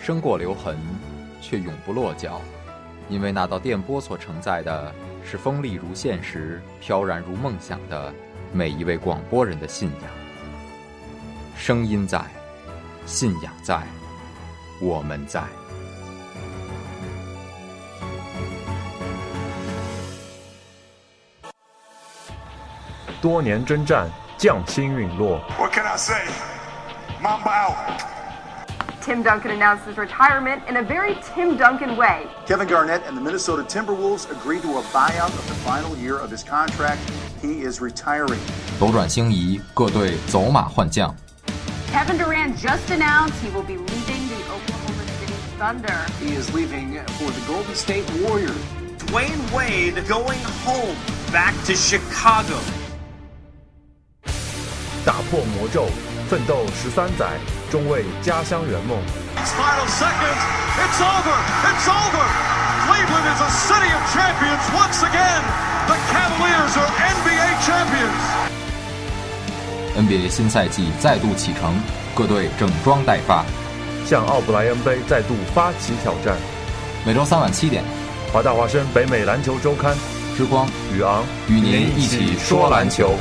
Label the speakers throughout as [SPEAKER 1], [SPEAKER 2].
[SPEAKER 1] 生过留痕，却永不落脚，因为那道电波所承载的是锋利如现实、飘然如梦想的每一位广播人的信仰。声音在，信仰在，我们在。
[SPEAKER 2] 多年征战，匠心陨落。
[SPEAKER 3] What can I say? Mamba out.
[SPEAKER 4] Tim Duncan announced his retirement in a very Tim Duncan way.
[SPEAKER 5] Kevin Garnett and the Minnesota Timberwolves agreed to a buyout of the final year of his contract. He is retiring.
[SPEAKER 1] 斗转星移，各队走马换将。
[SPEAKER 4] Kevin Durant just announced he will be leaving the Oklahoma City Thunder.
[SPEAKER 5] He is leaving for the Golden State Warriors.
[SPEAKER 6] Dwayne Wade going home back to Chicago.
[SPEAKER 2] 打破魔咒，奋斗十三载，终为家乡圆梦。
[SPEAKER 7] It's final seconds. It's over. It's over. Cleveland is a city of champions once again. The Cavaliers are NBA champions.
[SPEAKER 1] NBA 新赛季再度启程，各队整装待发。
[SPEAKER 2] 向奥布莱恩杯再度发起挑战。
[SPEAKER 1] 每周三晚七点，
[SPEAKER 2] 华大华生北美篮球周刊，
[SPEAKER 1] 之光
[SPEAKER 2] 宇昂
[SPEAKER 1] 与您一起说篮球。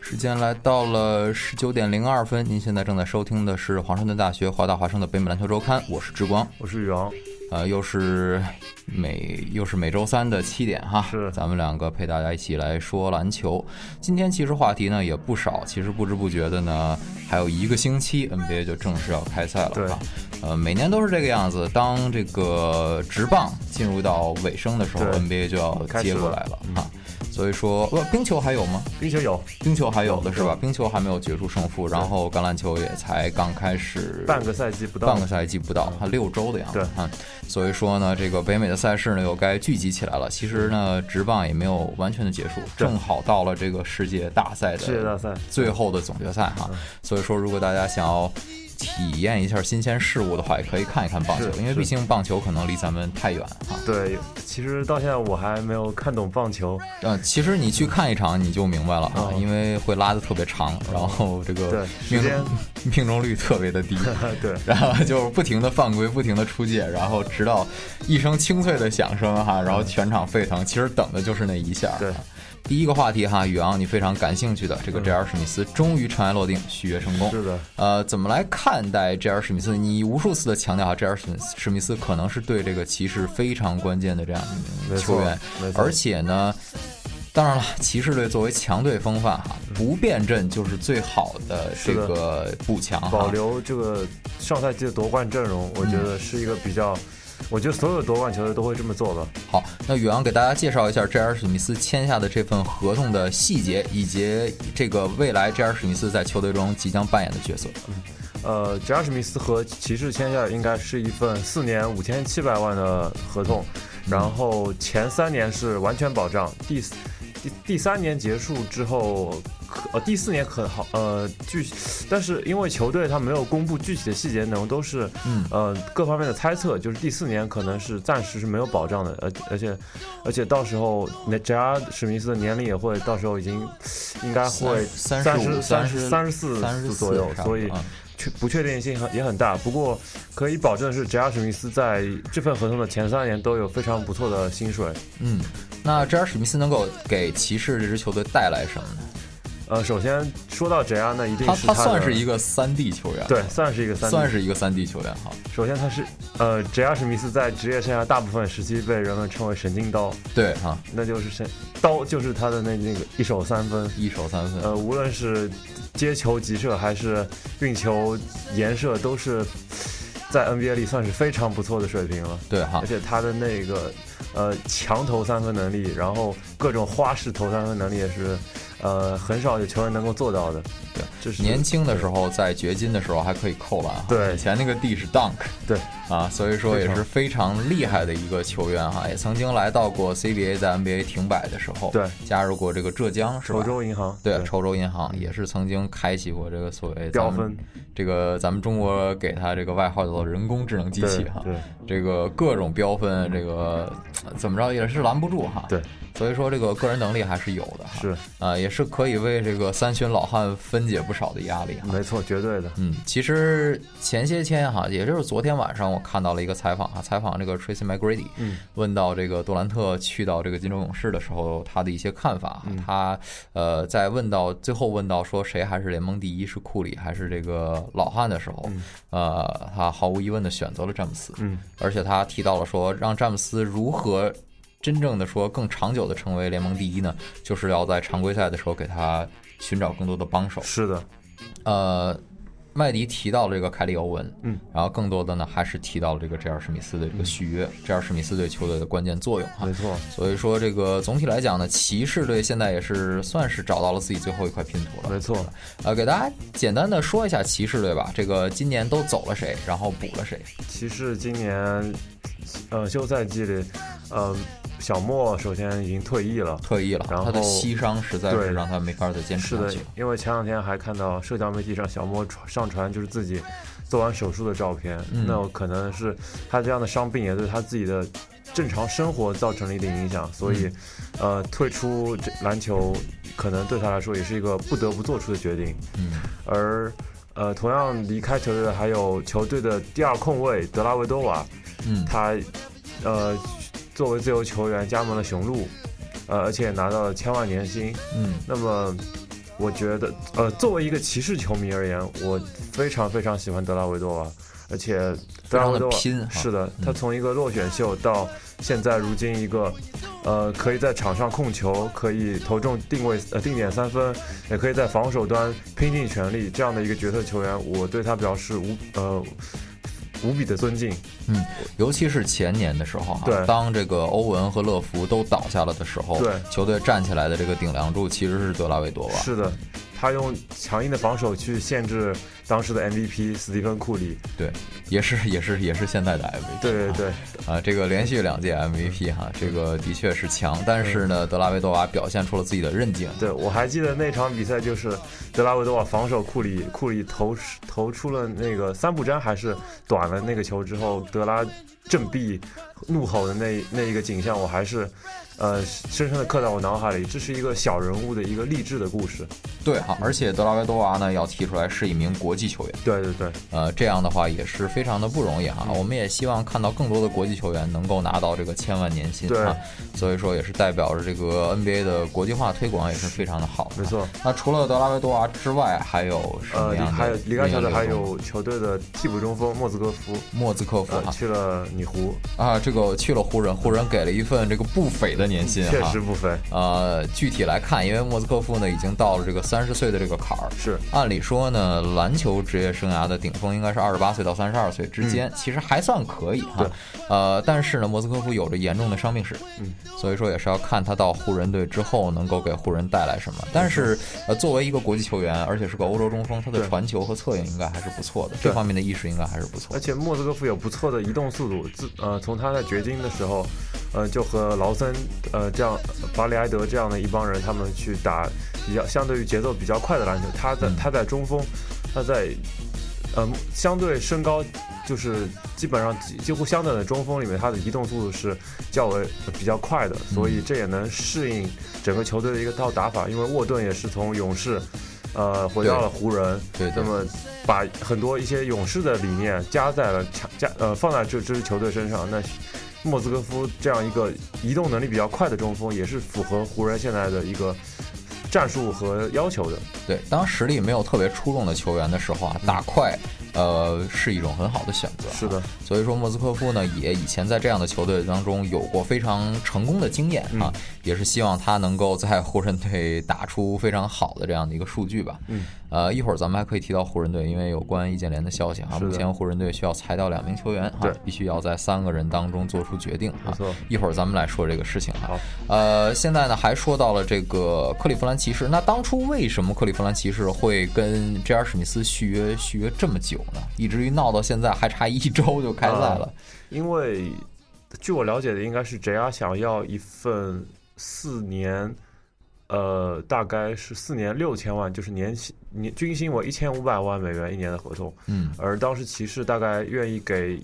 [SPEAKER 1] 时间来到了十九点零二分，您现在正在收听的是华盛顿大学华大华生的北美篮球周刊，我是之光。
[SPEAKER 2] 我是宇昂。
[SPEAKER 1] 呃，又是每又是每周三的七点哈，
[SPEAKER 2] 是
[SPEAKER 1] 咱们两个陪大家一起来说篮球。今天其实话题呢也不少，其实不知不觉的呢，还有一个星期 NBA 就正式要开赛了哈。呃，每年都是这个样子，当这个职棒进入到尾声的时候
[SPEAKER 2] 对
[SPEAKER 1] ，NBA 就要
[SPEAKER 2] 开始
[SPEAKER 1] 接过
[SPEAKER 2] 了
[SPEAKER 1] 来了哈。所以说，呃，冰球还有吗？
[SPEAKER 2] 冰球有
[SPEAKER 1] 冰球还有的是吧？冰球还没有决出胜负，然后橄榄球也才刚开始
[SPEAKER 2] 半个赛季不到，
[SPEAKER 1] 半个赛季不到，它六周的样子。
[SPEAKER 2] 对
[SPEAKER 1] 啊，所以说呢，这个北美的赛事呢又该聚集起来了。其实呢，职棒也没有完全的结束，
[SPEAKER 2] 对
[SPEAKER 1] 正好到了这个世界大赛
[SPEAKER 2] 世界大
[SPEAKER 1] 的
[SPEAKER 2] 赛嗯
[SPEAKER 1] 最后的总决赛哈。所以说，如果大家想要。体验一下新鲜事物的话，也可以看一看棒球，
[SPEAKER 2] 是
[SPEAKER 1] 因为
[SPEAKER 2] 是
[SPEAKER 1] 毕竟棒球可能离咱们太远啊。
[SPEAKER 2] 对，其实到现在我还没有看懂棒球，
[SPEAKER 1] 呃，其实你去看一场你就明白了啊，
[SPEAKER 2] 哦
[SPEAKER 1] 因为会拉的特别长，然后这个
[SPEAKER 2] 对
[SPEAKER 1] 命
[SPEAKER 2] 时间
[SPEAKER 1] 中 命中率特别的低，
[SPEAKER 2] 对
[SPEAKER 1] 然后就是不停的犯规，不停的出界，然后直到一声清脆的响声哈，然后全场沸腾。其实等的就是那一下。
[SPEAKER 2] 嗯
[SPEAKER 1] 啊
[SPEAKER 2] 对，嗯
[SPEAKER 1] 第一个话题哈，宇昂你非常感兴趣的这个 J.R. 史密斯终于尘埃落定，续约成功。
[SPEAKER 2] 是的。
[SPEAKER 1] 呃，怎么来看待 J.R. 史密斯？你无数次的强调哈，J.R. 史史密斯可能是对这个骑士非常关键的这样的
[SPEAKER 2] 没错
[SPEAKER 1] 球员
[SPEAKER 2] 没，错
[SPEAKER 1] 而且呢。当然了，骑士队作为强队风范哈，不变阵就是最好的这
[SPEAKER 2] 是的
[SPEAKER 1] 个补强哈。
[SPEAKER 2] 保留这个上赛季的夺冠阵容，我觉得是一个比较，我觉得所有夺冠球队都会这么做吧。
[SPEAKER 1] 好，那宇昂给大家介绍一下 J.R. 史密斯签下的这份合同的细节，以及这个未来 J.R. 史密斯在球队中即将扮演的角色。
[SPEAKER 2] 呃，杰拉史密斯和骑士签下应该是一份四年五千七百万的合同，然后前三年是完全保障，第四第第三年结束之后，可呃第四年可好呃具，但是因为球队他没有公布具体的细节内容，都是
[SPEAKER 1] 嗯
[SPEAKER 2] 呃各方面的猜测，就是第四年可能是暂时是没有保障的，而而且而且到时候那杰拉史密斯的年龄也会到时候已经应该会
[SPEAKER 1] 三
[SPEAKER 2] 三
[SPEAKER 1] 十五、
[SPEAKER 2] 三
[SPEAKER 1] 十、
[SPEAKER 2] 三十四
[SPEAKER 1] 三十四
[SPEAKER 2] 左右
[SPEAKER 1] 差不，多
[SPEAKER 2] 所以。
[SPEAKER 1] 啊
[SPEAKER 2] 确不确定性很也很大，不过可以保证的是，杰拉史密斯在这份合同的前三年都有非常不错的薪水。
[SPEAKER 1] 嗯，那 J.R. 史密斯能够给骑士这支球队带来什么呢？
[SPEAKER 2] 呃，首先说到杰拉呢，一定
[SPEAKER 1] 他
[SPEAKER 2] 是
[SPEAKER 1] 他
[SPEAKER 2] 的
[SPEAKER 1] 算是一个三 D 球员，
[SPEAKER 2] 对，，算是一个三
[SPEAKER 1] 算是一个三 D 球员哈。
[SPEAKER 2] 首先他是呃，杰拉史密斯在职业生涯大部分时期被人们称为神经刀，
[SPEAKER 1] 对哈，
[SPEAKER 2] 那就是神刀就是他的那那个一手三分。
[SPEAKER 1] 一手三分。
[SPEAKER 2] 呃，无论是接球急射还是运球延射，都是在 NBA 里算是非常不错的水平了。
[SPEAKER 1] 对哈
[SPEAKER 2] 而，且他的那个呃强投三分能力，然后各种花式投三分能力也是呃很少有球员能够做到的。
[SPEAKER 1] 对，
[SPEAKER 2] 这是
[SPEAKER 1] 年轻的时候在掘金的时候还可以扣篮哈，
[SPEAKER 2] 对
[SPEAKER 1] 以前那个地是 dunk
[SPEAKER 2] 对
[SPEAKER 1] 啊，所以说
[SPEAKER 2] 非
[SPEAKER 1] 也
[SPEAKER 2] 常
[SPEAKER 1] 是非常厉害的一个球员哈，也曾经来到过 CBA 在 NBA 停摆的时候，
[SPEAKER 2] 对
[SPEAKER 1] 加入过这个浙江是吧？
[SPEAKER 2] 欧洲银行
[SPEAKER 1] 对，潮州银行也是曾经开启过这个所谓咱
[SPEAKER 2] 飙
[SPEAKER 1] 们
[SPEAKER 2] 分
[SPEAKER 1] 这个咱们中国给它这个外号叫做人工智能机器哈
[SPEAKER 2] 对对，
[SPEAKER 1] 这个各种飙分，这个呃怎么着也是拦不住哈。
[SPEAKER 2] 对，
[SPEAKER 1] 所以说这个个人能力还是有的哈，
[SPEAKER 2] 是
[SPEAKER 1] 啊、也是可以为这个三旬老汉分解不少的压力哈。
[SPEAKER 2] 没错，绝对的，
[SPEAKER 1] 嗯，其实前些天哈，也就是昨天晚上，我看到了一个采访啊，采访这个 Tracy McGrady，
[SPEAKER 2] 嗯，
[SPEAKER 1] 问到这个杜兰特去到这个金州勇士的时候，他的一些看法哈。
[SPEAKER 2] 嗯
[SPEAKER 1] 他呃，在问到最后问到说谁还是联盟第一，是库里还是这个老汉的时候，呃，他毫无疑问的选择了詹姆斯，
[SPEAKER 2] 嗯，
[SPEAKER 1] 而且他提到了说让詹姆斯如何。真正的说，更长久的成为联盟第一呢，就是要在常规赛的时候给他寻找更多的帮手。
[SPEAKER 2] 是的，
[SPEAKER 1] 呃，麦迪提到了这个凯里·欧文，
[SPEAKER 2] 嗯，
[SPEAKER 1] 然后更多的呢还是提到了这个 J.R. 史密斯的这个续约，J.R. 史密斯对球队的关键作用哈
[SPEAKER 2] 嗯没。错，
[SPEAKER 1] 所以说，这个总体来讲呢，骑士队现在也是算是找到了自己最后一块拼图了
[SPEAKER 2] 没。错，
[SPEAKER 1] 呃，给大家简单的说一下骑士队吧，这个今年都走了谁，然后补了谁。
[SPEAKER 2] 骑士今年呃休赛季里，呃，小莫首先已经退役了。
[SPEAKER 1] 退役了，
[SPEAKER 2] 然后
[SPEAKER 1] 他的膝伤实在是
[SPEAKER 2] 对
[SPEAKER 1] 让他没法再坚持
[SPEAKER 2] 是
[SPEAKER 1] 下
[SPEAKER 2] 的
[SPEAKER 1] 去了。，
[SPEAKER 2] 因为前两天还看到社交媒体上小莫传上传就是自己做完手术的照片，
[SPEAKER 1] 嗯
[SPEAKER 2] 那我可能是他这样的伤病也对他自己的正常生活造成了一点影响，所以、
[SPEAKER 1] 嗯
[SPEAKER 2] 呃退出这篮球可能对他来说也是一个不得不做出的决定。
[SPEAKER 1] 嗯，
[SPEAKER 2] 而呃同样离开球队的还有球队的第二控卫德拉维多瓦，
[SPEAKER 1] 嗯，
[SPEAKER 2] 他呃作为自由球员加盟了雄鹿，呃而且拿到了千万年薪。
[SPEAKER 1] 嗯，
[SPEAKER 2] 那么，我觉得，呃，作为一个骑士球迷而言，我非常非常喜欢德拉维多瓦，而且德拉维多
[SPEAKER 1] 非常地
[SPEAKER 2] 瓦
[SPEAKER 1] 拼哈
[SPEAKER 2] 是的，
[SPEAKER 1] 嗯
[SPEAKER 2] 他从一个落选秀到现在如今一个，呃，可以在场上控球，可以投中定位呃定点三分，也可以在防守端拼尽全力这样的一个角色球员，我对他表示无呃无比的尊敬。
[SPEAKER 1] 嗯，尤其是前年的时候啊，
[SPEAKER 2] 对
[SPEAKER 1] 当这个欧文和乐福都倒下了的时候，
[SPEAKER 2] 对
[SPEAKER 1] 球队站起来的这个顶梁柱其实是德拉维多瓦。
[SPEAKER 2] 是的，他用强硬的防守去限制当时的 MVP 斯蒂芬库里。
[SPEAKER 1] 对，也是也是也是现在的 MVP。
[SPEAKER 2] 对对对。
[SPEAKER 1] 啊，这个连续两届 MVP 哈，这个的确是强，但是
[SPEAKER 2] 嗯
[SPEAKER 1] 呢，德拉维多瓦表现出了自己的韧劲。
[SPEAKER 2] 对，我还记得那场比赛就是德拉维多瓦防守库里，库里投投出了那个三不沾还是短了那个球之后，德拉振臂怒吼的那那一个景象，我还是呃深深的刻在我脑海里。这是一个小人物的一个励志的故事。
[SPEAKER 1] 对哈，而且德拉维多瓦呢要提出来是一名国际球员，
[SPEAKER 2] 对对对，
[SPEAKER 1] 呃，这样的话也是非常的不容易哈。
[SPEAKER 2] 嗯
[SPEAKER 1] 我们也希望看到更多的国际球员能够拿到这个千万年薪
[SPEAKER 2] 对
[SPEAKER 1] 啊，所以说也是代表着这个 NBA 的国际化推广也是非常的好。
[SPEAKER 2] 没错。
[SPEAKER 1] 那除了德拉维多瓦之外，还有什
[SPEAKER 2] 呃，
[SPEAKER 1] 么
[SPEAKER 2] 离
[SPEAKER 1] 样的？
[SPEAKER 2] 还有离开球队还
[SPEAKER 1] 名额流动
[SPEAKER 2] 有球队的替补中锋莫兹戈夫，
[SPEAKER 1] 莫兹科夫
[SPEAKER 2] 呃
[SPEAKER 1] 哈
[SPEAKER 2] 去了女湖，
[SPEAKER 1] 啊，这个去了湖人，湖人给了一份这个不菲的年薪哈。
[SPEAKER 2] 确实不菲。
[SPEAKER 1] 呃，具体来看，因为莫斯科夫呢已经到了这个三十岁的这个坎儿。
[SPEAKER 2] 是
[SPEAKER 1] 按理说呢，篮球职业生涯的顶峰应该是二十八岁到三十二岁之间，其实还算可以哈
[SPEAKER 2] 嗯对。
[SPEAKER 1] 呃，但是呢，莫斯科夫有着严重的伤病史，
[SPEAKER 2] 嗯，
[SPEAKER 1] 所以说也是要看他到湖人队之后能够给湖人带来什么。但是，呃，作为一个国际球员，而且是个欧洲中锋，他的
[SPEAKER 2] 嗯对
[SPEAKER 1] 传球和策应应该还是不错的，这方面的意识应该还是不错
[SPEAKER 2] 而
[SPEAKER 1] 的。
[SPEAKER 2] 且莫斯科夫有不错的移动速度，自呃从他在掘金的时候，呃就和劳森呃这样巴里埃德这样的一帮人，他们去打比较相对于节奏比较快的篮球，他在他在中锋，他在呃相对身高就是基本上几几乎相等的中锋里面，他的移动速度是较为比较快的，所以这也能适应整个球队的一个套打法，因为沃顿也是从勇士。呃，回到了湖人，
[SPEAKER 1] 对对
[SPEAKER 2] 那么把很多一些勇士的理念加在了强加呃放在这支球队身上。那莫斯科夫这样一个移动能力比较快的中锋，也是符合湖人现在的一个战术和要求的。
[SPEAKER 1] 对，当实力没有特别出众的球员的时候啊，打快。呃，是一种很好的选择。
[SPEAKER 2] 嗯
[SPEAKER 1] 啊
[SPEAKER 2] 是的，
[SPEAKER 1] 所以说莫斯科夫呢，也以前在这样的球队当中有过非常成功的经验啊，
[SPEAKER 2] 嗯
[SPEAKER 1] 也是希望他能够在湖人队打出非常好的这样的一个数据吧。嗯，呃，一会儿咱们还可以提到湖人队，因为有关易建联的消息啊。
[SPEAKER 2] 是的
[SPEAKER 1] 目前湖人队需要裁掉两名球员啊
[SPEAKER 2] 对，
[SPEAKER 1] 必须要在三个人当中做出决定啊。
[SPEAKER 2] 没错
[SPEAKER 1] 一会儿咱们来说这个事情啊
[SPEAKER 2] 好。
[SPEAKER 1] 呃，现在呢还说到了这个克利夫兰骑士，那当初为什么克利夫兰骑士会跟 J.R. 史密斯续约续约这么久呢？以至于闹到现在还差一周就开赛了。
[SPEAKER 2] 因为据我了解的，应该是 JR 想要一份四年，呃，大概是四年六千万，就是年薪年均薪为一千五百万美元一年的合同，
[SPEAKER 1] 嗯，
[SPEAKER 2] 而当时骑士大概愿意给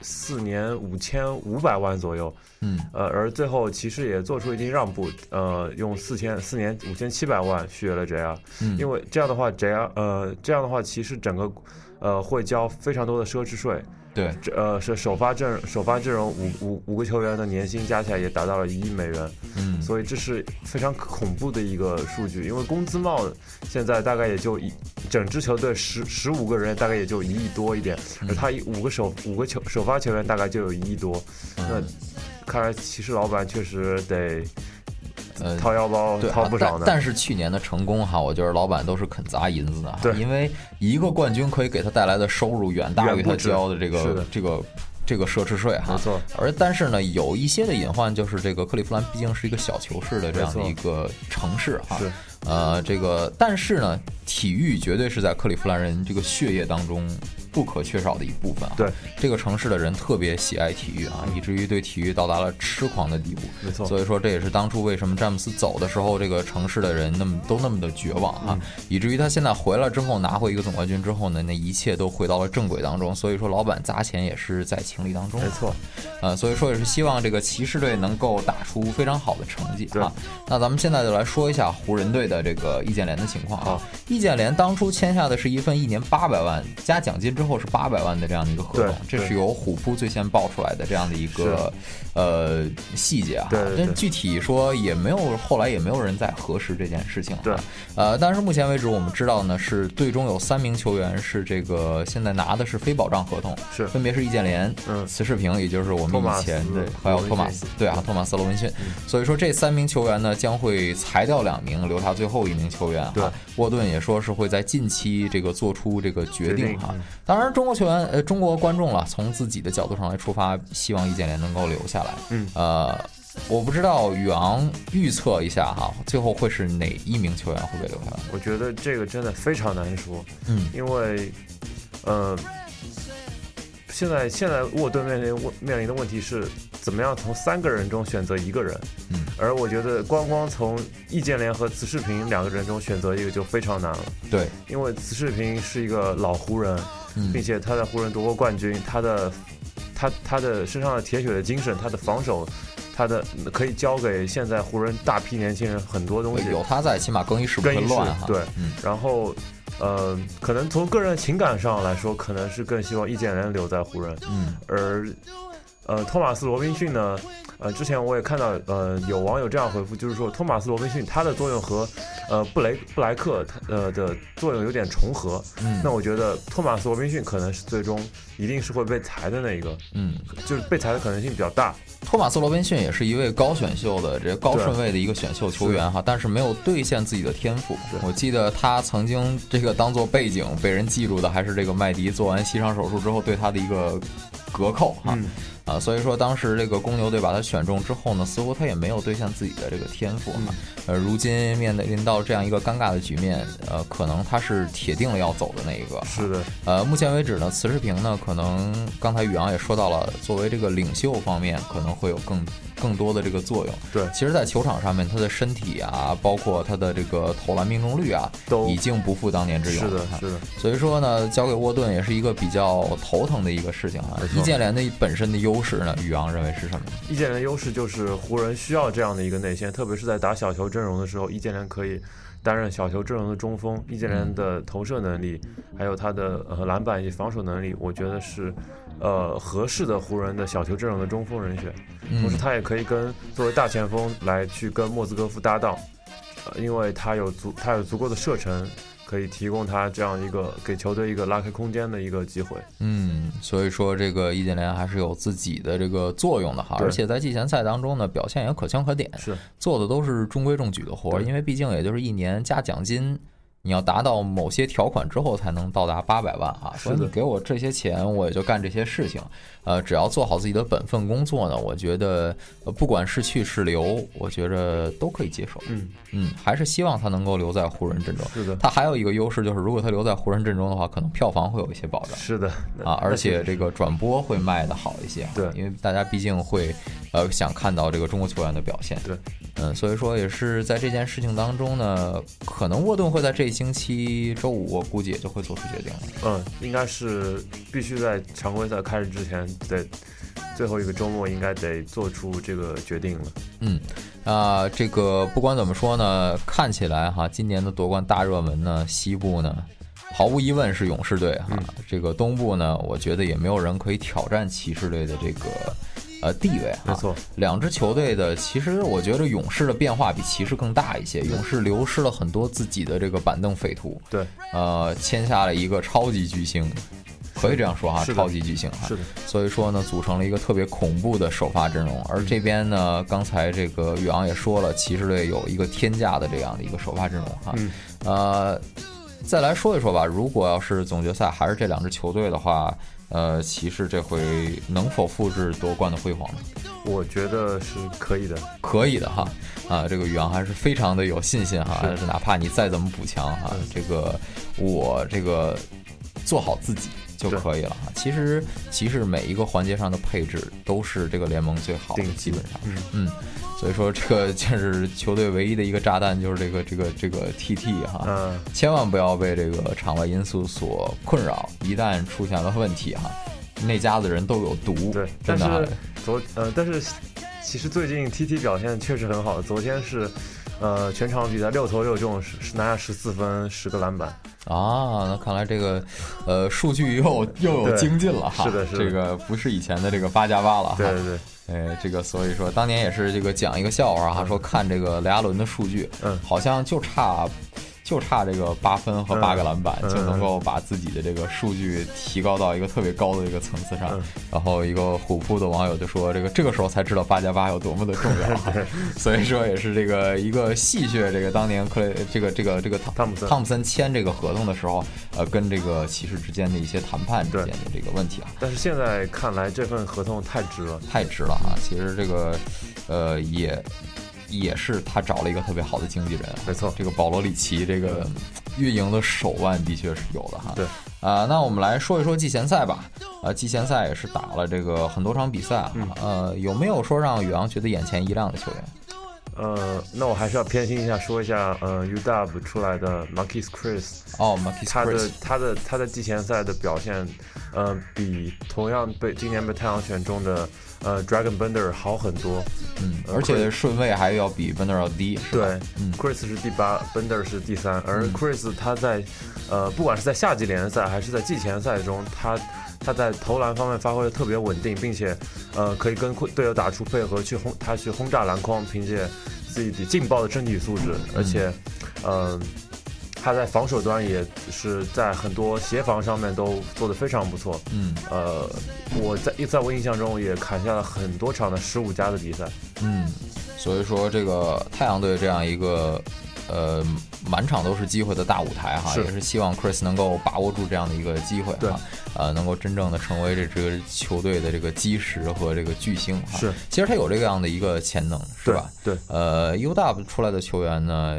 [SPEAKER 2] 四年五千五百万左右，
[SPEAKER 1] 嗯，
[SPEAKER 2] 呃，而最后骑士也做出一定让步，呃，用四千四年五千七百万续约了 JR，、
[SPEAKER 1] 嗯
[SPEAKER 2] 因为这样的话 JR 呃这样的话骑士整个呃会交非常多的奢侈税，
[SPEAKER 1] 对，
[SPEAKER 2] 这呃是首发阵首发阵容五五五个球员的年薪加起来也达到了一亿美元，
[SPEAKER 1] 嗯
[SPEAKER 2] 所以这是非常恐怖的一个数据，因为工资帽现在大概也就一整支球队十十五个人大概也就一亿多一点，
[SPEAKER 1] 嗯
[SPEAKER 2] 而他一五个首五个球首发球员大概就有一亿多，
[SPEAKER 1] 嗯
[SPEAKER 2] 那看来骑士老板确实得
[SPEAKER 1] 呃，
[SPEAKER 2] 掏腰包
[SPEAKER 1] 对，
[SPEAKER 2] 掏
[SPEAKER 1] 啊
[SPEAKER 2] 不
[SPEAKER 1] 但
[SPEAKER 2] 少呢。
[SPEAKER 1] 但是去年的成功哈，我觉得老板都是肯砸银子的哈，
[SPEAKER 2] 对
[SPEAKER 1] 因为一个冠军可以给他带来的收入远大于
[SPEAKER 2] 远不
[SPEAKER 1] 他
[SPEAKER 2] 止
[SPEAKER 1] 交的这
[SPEAKER 2] 是
[SPEAKER 1] 个
[SPEAKER 2] 的
[SPEAKER 1] 这个。这个奢侈税哈，
[SPEAKER 2] 没错。
[SPEAKER 1] 而但是呢，有一些的隐患就是这个克利夫兰毕竟是一个小球市的这样的
[SPEAKER 2] 没错
[SPEAKER 1] 一个城市哈，
[SPEAKER 2] 是
[SPEAKER 1] 呃，这个但是呢，体育绝对是在克利夫兰人这个血液当中不可缺少的一部分啊。
[SPEAKER 2] 对，
[SPEAKER 1] 这个城市的人特别喜爱体育啊，以至于对体育到达了痴狂的地步。
[SPEAKER 2] 嗯没错
[SPEAKER 1] 所以说这也是当初为什么詹姆斯走的时候，这个城市的人那么都那么的绝望
[SPEAKER 2] 嗯
[SPEAKER 1] 啊，以至于他现在回来之后拿回一个总冠军之后呢，那一切都回到了正轨当中。所以说，老板砸钱也是在情理当中。
[SPEAKER 2] 没错，
[SPEAKER 1] 呃，所以说也是希望这个骑士队能够打出非常好的成绩
[SPEAKER 2] 对
[SPEAKER 1] 啊。那咱们现在就来说一下湖人队的这个易建联的情况啊
[SPEAKER 2] 好。
[SPEAKER 1] 易建联当初签下的是一份一年八百万加奖金之后是八百万的这样的一个合
[SPEAKER 2] 对
[SPEAKER 1] 同，这
[SPEAKER 2] 对
[SPEAKER 1] 是由虎扑最先爆出来的这样的一个呃细节啊。
[SPEAKER 2] 对对对
[SPEAKER 1] 但具体说也没有，后来也没有人在核实这件事情、啊。
[SPEAKER 2] 对，
[SPEAKER 1] 呃，但是目前为止我们知道呢，是队中有三名球员是这个现在拿的是非保障合同，
[SPEAKER 2] 是
[SPEAKER 1] 分别是易建联、
[SPEAKER 2] 嗯
[SPEAKER 1] 慈世平，也就是我们。
[SPEAKER 2] 托马
[SPEAKER 1] 以
[SPEAKER 2] 斯
[SPEAKER 1] 前对
[SPEAKER 2] 罗，
[SPEAKER 1] 还有
[SPEAKER 2] 文
[SPEAKER 1] 托马
[SPEAKER 2] 逊
[SPEAKER 1] 斯，对啊，托马斯罗文逊。所以说这三名球员呢，将会裁掉两名，留下最后一名球员
[SPEAKER 2] 对
[SPEAKER 1] 哈。沃顿也说是会在近期这个做出这个决
[SPEAKER 2] 决定嗯
[SPEAKER 1] 定哈。当然，中国球员呃，中国观众了，从自己的角度上来出发，希望易建联能够留下来。
[SPEAKER 2] 嗯，
[SPEAKER 1] 呃。我不知道宇昂预测一下哈，最后会是哪一名球员会被留下来？
[SPEAKER 2] 我觉得这个真的非常难说。
[SPEAKER 1] 嗯，
[SPEAKER 2] 因为，呃，现在现在沃顿面临面临的问题是，怎么样从三个人中选择一个人？
[SPEAKER 1] 嗯，
[SPEAKER 2] 而我觉得光光从易建联和慈世平两个人中选择一个就非常难了，
[SPEAKER 1] 对，
[SPEAKER 2] 因为慈世平是一个老湖人，
[SPEAKER 1] 嗯
[SPEAKER 2] 并且他在湖人夺过冠军，他的他他的身上的铁血的精神，他的防守。他的可以教给现在湖人大批年轻人很多东西，
[SPEAKER 1] 有他在，起码更衣室不会
[SPEAKER 2] 更衣室
[SPEAKER 1] 乱哈。
[SPEAKER 2] 对
[SPEAKER 1] 嗯，
[SPEAKER 2] 然后，呃，可能从个人情感上来说，可能是更希望易建联留在湖人，
[SPEAKER 1] 嗯，
[SPEAKER 2] 而呃，托马斯·罗宾逊呢，呃，之前我也看到，呃，有网友这样回复，就是说托马斯·罗宾逊他的作用和呃布雷布莱克他呃的作用有点重合，
[SPEAKER 1] 嗯
[SPEAKER 2] 那我觉得托马斯·罗宾逊可能是最终一定是会被裁的那一个，
[SPEAKER 1] 嗯，
[SPEAKER 2] 就是被裁的可能性比较大，
[SPEAKER 1] 托马斯·罗宾逊也是一位高选秀的这高顺位的一个选秀球员哈，但是没有兑现自己的天赋。我记得他曾经这个当做背景被人记住的，还是这个麦迪做完膝伤手术之后对他的一个隔扣哈。
[SPEAKER 2] 嗯
[SPEAKER 1] 啊，所以说当时这个公牛队把他选中之后呢，似乎他也没有兑现自己的这个天赋
[SPEAKER 2] 嗯
[SPEAKER 1] 哈。呃，如今面对临到这样一个尴尬的局面，呃，可能他是铁定了要走的那一个。
[SPEAKER 2] 是的，
[SPEAKER 1] 呃，目前为止呢，慈世平呢，可能刚才宇昂也说到了，作为这个领袖方面，可能会有更更多的这个作用。
[SPEAKER 2] 对
[SPEAKER 1] 其实，在球场上面，他的身体啊，包括他的这个投篮命中率啊，
[SPEAKER 2] 都
[SPEAKER 1] 已经不复当年之勇
[SPEAKER 2] 是
[SPEAKER 1] 了
[SPEAKER 2] 的
[SPEAKER 1] 哈，
[SPEAKER 2] 是的，
[SPEAKER 1] 所以说呢，交给沃顿也是一个比较头疼的一个事情啊
[SPEAKER 2] 没。错嗯
[SPEAKER 1] 易建联的本身的优势呢，宇昂认为是什么？
[SPEAKER 2] 易建联优势就是湖人需要这样的一个内线，特别是在打小球阵容的时候，易建联可以担任小球阵容的中锋。易建联
[SPEAKER 1] 嗯
[SPEAKER 2] 的投射能力，还有他的呃篮板以及防守能力，我觉得是呃合适的湖人的小球阵容的中锋人选。
[SPEAKER 1] 嗯
[SPEAKER 2] 同时，他也可以跟作为大前锋来去跟莫斯科夫搭档，呃因为他有足他有足够的射程。可以提供他这样一个给球队一个拉开空间的一个机会。
[SPEAKER 1] 嗯，所以说这个易建联还是有自己的这个作用的哈，
[SPEAKER 2] 对
[SPEAKER 1] 而且在季前赛当中呢，表现也可圈可点，
[SPEAKER 2] 是
[SPEAKER 1] 做的都是中规中矩的活儿，
[SPEAKER 2] 对
[SPEAKER 1] 因为毕竟也就是一年加奖金，你要达到某些条款之后才能到达八百万哈，所以
[SPEAKER 2] 的
[SPEAKER 1] 你给我这些钱，我也就干这些事情，呃，只要做好自己的本分工作呢，我觉得呃不管是去是留，我觉着都可以接受，
[SPEAKER 2] 嗯
[SPEAKER 1] 嗯，还是希望他能够留在湖人阵中，
[SPEAKER 2] 是的
[SPEAKER 1] 他还有一个优势就是，如果他留在湖人阵中的话，可能票房会有一些保障。
[SPEAKER 2] 是的
[SPEAKER 1] 啊，而且
[SPEAKER 2] 这
[SPEAKER 1] 这个转播会卖的好一些啊，
[SPEAKER 2] 对
[SPEAKER 1] 因为大家毕竟会呃想看到这个中国球员的表现，
[SPEAKER 2] 对，
[SPEAKER 1] 嗯，所以说也是在这件事情当中呢，可能沃顿会在这一星期周五，我估计也就会做出决定了。
[SPEAKER 2] 嗯，应该是必须在常规赛开始之前，在最后一个周末应该得做出这个决定了。
[SPEAKER 1] 嗯，啊、这个不管怎么说呢，看起来哈，今年的夺冠大热门呢，西部呢，毫无疑问是勇士队
[SPEAKER 2] 嗯
[SPEAKER 1] 哈。这个东部呢，我觉得也没有人可以挑战骑士队的这个呃地位哈。
[SPEAKER 2] 没错，
[SPEAKER 1] 两支球队的其实我觉得勇士的变化比骑士更大一
[SPEAKER 2] 嗯
[SPEAKER 1] 些，勇士流失了很多自己的这个板凳匪徒，
[SPEAKER 2] 对，
[SPEAKER 1] 呃，签下了一个超级巨星。可以这样说哈，
[SPEAKER 2] 是的
[SPEAKER 1] 超级巨星哈，
[SPEAKER 2] 是的，
[SPEAKER 1] 所以说呢，组成了一个特别恐怖的首发阵容。而这边呢，刚才这个宇昂也说了，骑士队有一个天价的这样的一个首发阵容哈。
[SPEAKER 2] 嗯
[SPEAKER 1] 呃，再来说一说吧，如果要是总决赛还是这两支球队的话，呃，骑士这回能否复制夺冠的辉煌呢？
[SPEAKER 2] 我觉得是可以的。
[SPEAKER 1] 可以的哈，啊，这个宇昂还是非常的有信心哈，
[SPEAKER 2] 是嗯
[SPEAKER 1] 哪怕你再怎么补强哈，这个我这个做好自己就可以了哈。其实骑士每一个环节上的配置都是这个联盟最好的
[SPEAKER 2] 顶，
[SPEAKER 1] 基
[SPEAKER 2] 级
[SPEAKER 1] 本上
[SPEAKER 2] 嗯
[SPEAKER 1] 嗯，所以说这个 就是球队唯一的一个炸弹，就是这个这个这个 TT 哈，
[SPEAKER 2] 嗯
[SPEAKER 1] 千万不要被这个场外因素所困扰，一旦出现了问题哈，那家子人都有毒，
[SPEAKER 2] 对，但
[SPEAKER 1] 真的啊哈
[SPEAKER 2] 是昨呃，但是其实最近 TT 表现确实很好，昨天是。呃，全场比赛六投六中，是是拿下十四分，十个篮板。
[SPEAKER 1] 啊，那看来这个，呃，数据又又有
[SPEAKER 2] 对
[SPEAKER 1] 精进了哈。
[SPEAKER 2] 是的是的
[SPEAKER 1] 这个不是以前的这个八加八了哈。
[SPEAKER 2] 对对对，
[SPEAKER 1] 呃，这个所以说当年也是这个讲一个笑话哈，说看这个雷阿伦的数据，
[SPEAKER 2] 嗯
[SPEAKER 1] 好像就差。就差这个八分和
[SPEAKER 2] 嗯
[SPEAKER 1] 八个篮板，
[SPEAKER 2] 嗯
[SPEAKER 1] 就能够把自己的这个数据提高到一个特别高的一个层次上。
[SPEAKER 2] 嗯
[SPEAKER 1] 然后一个虎扑的网友就说：“这个这个时候才知道八加八有多么的重要。” 所以说也是这个一个戏谑，这个当年克雷这个这个这个汤
[SPEAKER 2] 汤普森
[SPEAKER 1] 汤普森签这个合同的时候，呃，跟这个骑士之间的一些谈判之间的这个问题啊，
[SPEAKER 2] 但是现在看来这份合同太值了。
[SPEAKER 1] 太值了啊！其实这个，呃，也也是他找了一个特别好的经纪人啊、
[SPEAKER 2] 没错嗯
[SPEAKER 1] 这个保罗里奇这个运营的手腕的确是有的哈。
[SPEAKER 2] 对，
[SPEAKER 1] 啊、那我们来说一说季前赛吧。啊，季前赛也是打了这个很多场比赛啊，
[SPEAKER 2] 嗯
[SPEAKER 1] 呃，有没有说让宇昂觉得眼前一亮的球员？
[SPEAKER 2] 呃，那我还是要偏心一下，说一下呃 UW 出来的 Marquis Chris，
[SPEAKER 1] 哦 m a k i s
[SPEAKER 2] 他的他的他在季前赛的表现，呃，比同样被今年被太阳选中的呃 Dragon Bender 好很多。
[SPEAKER 1] 嗯，
[SPEAKER 2] 呃
[SPEAKER 1] 而且
[SPEAKER 2] Chris-
[SPEAKER 1] 顺位还要比 b e n d e r 要低，是吧嗯
[SPEAKER 2] 对、c h r i s 是第八，Bender 是第三，而 Chris 他在呃不管是在夏季联赛还是在季前赛中，他他在投篮方面发挥的特别稳定，并且呃可以跟队友打出配合去轰他去轰炸篮筐，凭借自己的劲爆的身体素质，
[SPEAKER 1] 嗯
[SPEAKER 2] 而且呃。他在防守端也是在很多协防上面都做得非常不错。
[SPEAKER 1] 嗯
[SPEAKER 2] 呃，我在在我印象中也砍下了很多场的十五加的比赛。
[SPEAKER 1] 嗯，所以说这个太阳队这样一个呃满场都是机会的大舞台哈，
[SPEAKER 2] 是
[SPEAKER 1] 也是希望 Chris 能够把握住这样的一个机会
[SPEAKER 2] 对
[SPEAKER 1] 哈，呃，能够真正的成为这支球队的这个基石和这个巨星哈。
[SPEAKER 2] 是，
[SPEAKER 1] 其实他有这样的一个潜能，是吧？
[SPEAKER 2] 对对
[SPEAKER 1] 呃，U W 出来的球员呢，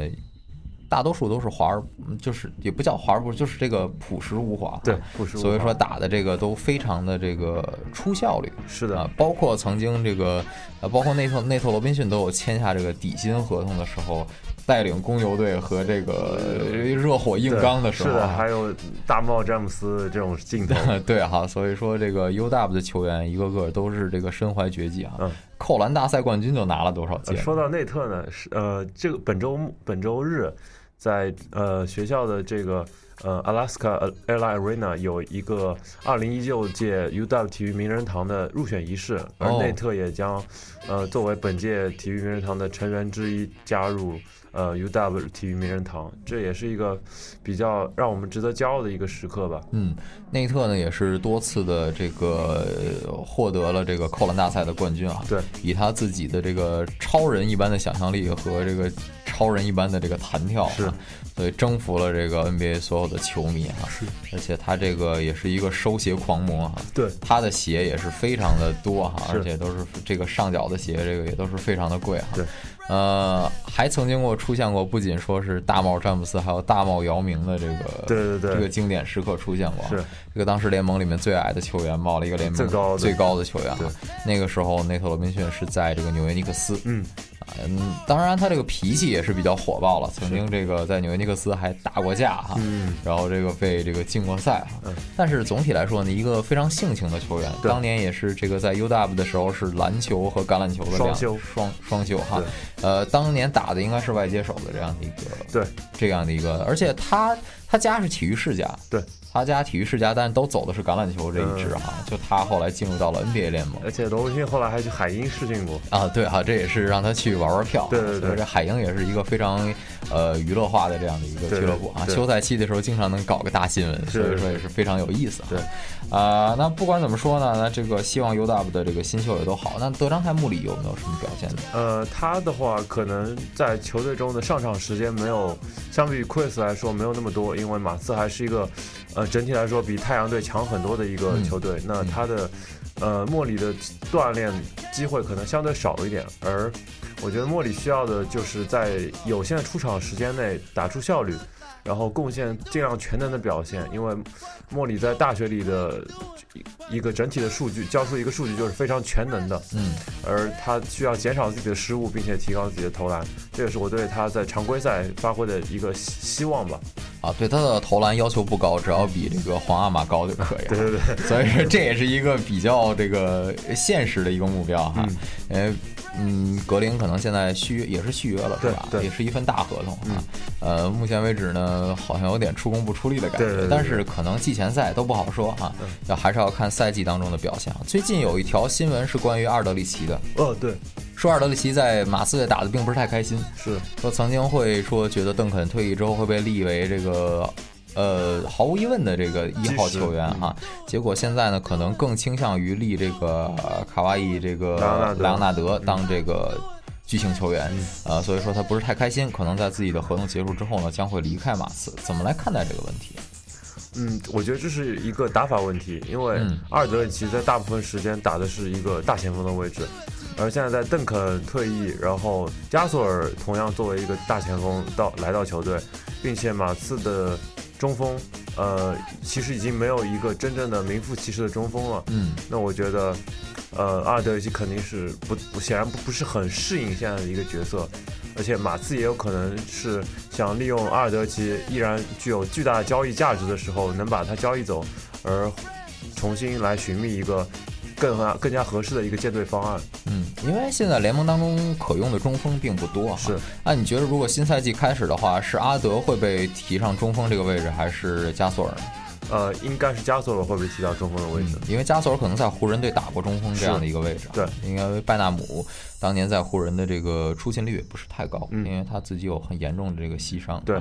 [SPEAKER 1] 大多数都是华而，就是也不叫华而不实，就是这个朴实无华。
[SPEAKER 2] 对朴实无华
[SPEAKER 1] 所以说打的这个都非常的这个出效率。
[SPEAKER 2] 是的
[SPEAKER 1] 啊，包括曾经这个，呃，包括内特内特罗宾逊都有签下这个底薪合同的时候。带领公牛队和这个呃热火硬
[SPEAKER 2] 对
[SPEAKER 1] 刚的时候
[SPEAKER 2] 是
[SPEAKER 1] 啊，
[SPEAKER 2] 的，还有大帽詹姆斯这种镜头，
[SPEAKER 1] 对哈，所以说这个 UW 的球员一个个都是这个身怀绝技啊，
[SPEAKER 2] 嗯
[SPEAKER 1] 扣篮大赛冠军就拿了多少
[SPEAKER 2] 呃
[SPEAKER 1] 届？
[SPEAKER 2] 说到内特呢，是呃，这个本周末本周日，在呃学校的这个呃 Alaska Airline Arena 有一个二零一九届 UW 体育名人堂的入选仪式，而
[SPEAKER 1] 哦
[SPEAKER 2] 内特也将呃作为本届体育名人堂的成员之一加入呃 UW 体育名人堂，这也是一个比较让我们值得骄傲的一个时刻吧。
[SPEAKER 1] 嗯，内特呢也是多次的这个呃获得了这个扣篮大赛的冠军啊。
[SPEAKER 2] 对，
[SPEAKER 1] 以他自己的这个超人一般的想象力和这个超人一般的这个弹跳、啊，
[SPEAKER 2] 是，
[SPEAKER 1] 所以征服了这个 NBA 所有的球迷啊。是，而且他这个也是一个收鞋狂魔啊。
[SPEAKER 2] 对
[SPEAKER 1] 他的鞋也是非常的多哈、
[SPEAKER 2] 是
[SPEAKER 1] 而且都是这个上脚的鞋，这个也都是非常的贵哈、
[SPEAKER 2] 对，
[SPEAKER 1] 呃，还曾经过出现过，不仅说是大帽詹姆斯，还有大帽姚明的这个
[SPEAKER 2] 对对对
[SPEAKER 1] 这个经典时刻出现过啊。
[SPEAKER 2] 是
[SPEAKER 1] 这个当时联盟里面最矮的球员帽了一个联盟
[SPEAKER 2] 最高的
[SPEAKER 1] 最高的球员啊。那个时候内特罗宾逊是在这个纽约尼克斯，
[SPEAKER 2] 嗯
[SPEAKER 1] 啊嗯，当然他这个脾气也是比较火爆了，曾经这个在纽约尼克斯还打过架哈，
[SPEAKER 2] 嗯，
[SPEAKER 1] 然后这个被这个禁过赛哈。
[SPEAKER 2] 嗯
[SPEAKER 1] 但是总体来说呢，一个非常性情的球员，
[SPEAKER 2] 对
[SPEAKER 1] 当年也是这个在 UW 的时候是篮球和橄榄球的
[SPEAKER 2] 双
[SPEAKER 1] 两
[SPEAKER 2] 修
[SPEAKER 1] 双双修哈，呃，当年打的应该是外接手的这样的一个
[SPEAKER 2] 对
[SPEAKER 1] 这样的一个，而且他他家是体育世家，
[SPEAKER 2] 对，
[SPEAKER 1] 他家体育世家，但是都走的是橄榄球这一支
[SPEAKER 2] 嗯
[SPEAKER 1] 哈，就他后来进入到了 NBA 联盟。
[SPEAKER 2] 而且罗文逊后来还去海鹰试训过，
[SPEAKER 1] 啊，对哈、这也是让他去玩玩票。啊
[SPEAKER 2] 对对对
[SPEAKER 1] 所以这海鹰也是一个非常呃娱乐化的这样的一个俱乐部啊。
[SPEAKER 2] 对对对
[SPEAKER 1] 休赛期的时候经常能搞个大新闻，
[SPEAKER 2] 是
[SPEAKER 1] 所以说也是非常有意思。对，啊、那不管怎么说呢，那这个希望 UW 的这个新秀也都好。那德章泰穆里有没有什么表现呢？
[SPEAKER 2] 呃，他的话可能在球队中的上场时间没有，相比于 Chris 来说没有那么多，因为马刺还是一个，呃，整体来说比太阳队强很多的一个球队。那他的，呃，莫里的锻炼机会可能相对少一点，而我觉得莫里需要的就是在有限的出场时间内打出效率。然后贡献尽量全能的表现，因为莫里在大学里的一一个整体的数据，交出一个数据就是非常全能的。
[SPEAKER 1] 嗯，
[SPEAKER 2] 而他需要减少自己的失误，并且提高自己的投篮，这也是我对他在常规赛发挥的一个希希望吧。
[SPEAKER 1] 啊，对他的投篮要求不高，只要比这个皇阿玛高就可以了。
[SPEAKER 2] 对对 对，
[SPEAKER 1] 所以说这也是一个比较这个现实的一个目标哈。呃，嗯，格林可能现在续约也是续约了是
[SPEAKER 2] 对
[SPEAKER 1] 吧？
[SPEAKER 2] 对嗯
[SPEAKER 1] 也是一份大合同啊。呃，目前为止呢，好像有点出工不出力的感
[SPEAKER 2] 对对
[SPEAKER 1] 觉
[SPEAKER 2] 对，嗯
[SPEAKER 1] 但是可能季前赛都不好说啊，要还是要看赛季当中的表现啊。最近有一条新闻是关于阿尔德里奇的，
[SPEAKER 2] 哦对，
[SPEAKER 1] 说阿尔德里奇在马刺队打的并不是太开心，
[SPEAKER 2] 是
[SPEAKER 1] 说曾经会说觉得邓肯退役之后会被立为这个。呃，毫无疑问的这个一号
[SPEAKER 2] 基石嗯
[SPEAKER 1] 球员哈，结果现在呢，可能更倾向于立这个呃卡哇伊这个
[SPEAKER 2] 莱昂纳德嗯
[SPEAKER 1] 莱昂纳德当这个巨星球员，呃，所以说他不是太开心，可能在自己的合同结束之后呢，将会离开马刺。怎么来看待这个问题？
[SPEAKER 2] 嗯，我觉得这是一个打法问题，因为
[SPEAKER 1] 嗯
[SPEAKER 2] 阿尔德里奇在大部分时间打的是一个大前锋的位置，而现在在邓肯退役，然后加索尔同样作为一个大前锋到来到球队，并且马刺的中锋，呃，其实已经没有一个真正的名副其实的中锋了。
[SPEAKER 1] 嗯，
[SPEAKER 2] 那我觉得，呃，阿尔德里奇肯定是不不显然不不是很适应现在的一个角色，而且马刺也有可能是想利用阿尔德里奇依然具有巨大的交易价值的时候，能把他交易走，而重新来寻觅一个更合更加合适的一个建队方案。
[SPEAKER 1] 嗯，因为现在联盟当中可用的中锋并不多哈。
[SPEAKER 2] 是，
[SPEAKER 1] 那、你觉得如果新赛季开始的话，是阿德会被提上中锋这个位置，还是加索尔呢？
[SPEAKER 2] 呃，应该是加索尔会被提到中锋的位置。
[SPEAKER 1] 因为加索尔可能在湖人队打过中锋这样的一个位置啊，
[SPEAKER 2] 是
[SPEAKER 1] 应该拜纳姆当年在湖人的这个出勤率也不是太高，因为他自己有很严重的这个膝伤。
[SPEAKER 2] 嗯对，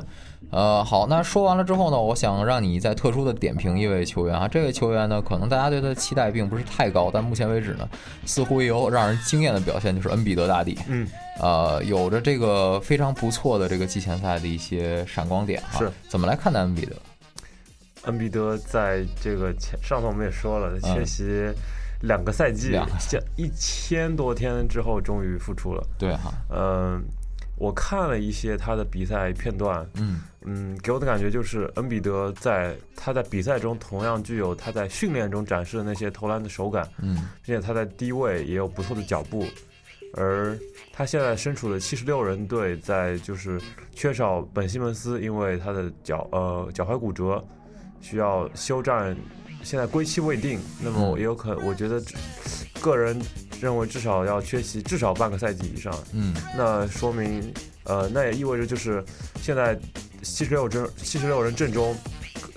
[SPEAKER 1] 呃，好，那说完了之后呢，我想让你再特殊的点评一位球员啊，这位球员呢，可能大家对他的期待并不是太高，但目前为止呢，似乎也有让人惊艳的表现，就是恩比德大帝。
[SPEAKER 2] 嗯，
[SPEAKER 1] 呃，有着这个非常不错的这个季前赛的一些闪光点啊，
[SPEAKER 2] 是
[SPEAKER 1] 怎么来看待恩比德？
[SPEAKER 2] 恩比德在这个前上次我们也说了，
[SPEAKER 1] 嗯
[SPEAKER 2] 缺席两个赛季
[SPEAKER 1] 两个，
[SPEAKER 2] 这一千多天之后终于复出了。
[SPEAKER 1] 对哈、
[SPEAKER 2] 嗯，我看了一些他的比赛片段，
[SPEAKER 1] 嗯
[SPEAKER 2] 嗯，给我的感觉就是恩比德在他在比赛中同样具有他在训练中展示的那些投篮的手感，
[SPEAKER 1] 嗯。
[SPEAKER 2] 并且他在低位也有不错的脚步，而他现在身处的七十六人队，在就是缺少本西蒙斯，因为他的脚呃脚踝骨折，需要休战，现在归期未定。那么
[SPEAKER 1] 嗯
[SPEAKER 2] 我也有可，我觉得这个人认为至少要缺席至少半个赛季以上。
[SPEAKER 1] 嗯
[SPEAKER 2] 那说明，呃，那也意味着就是现在七十六阵七十六人阵中，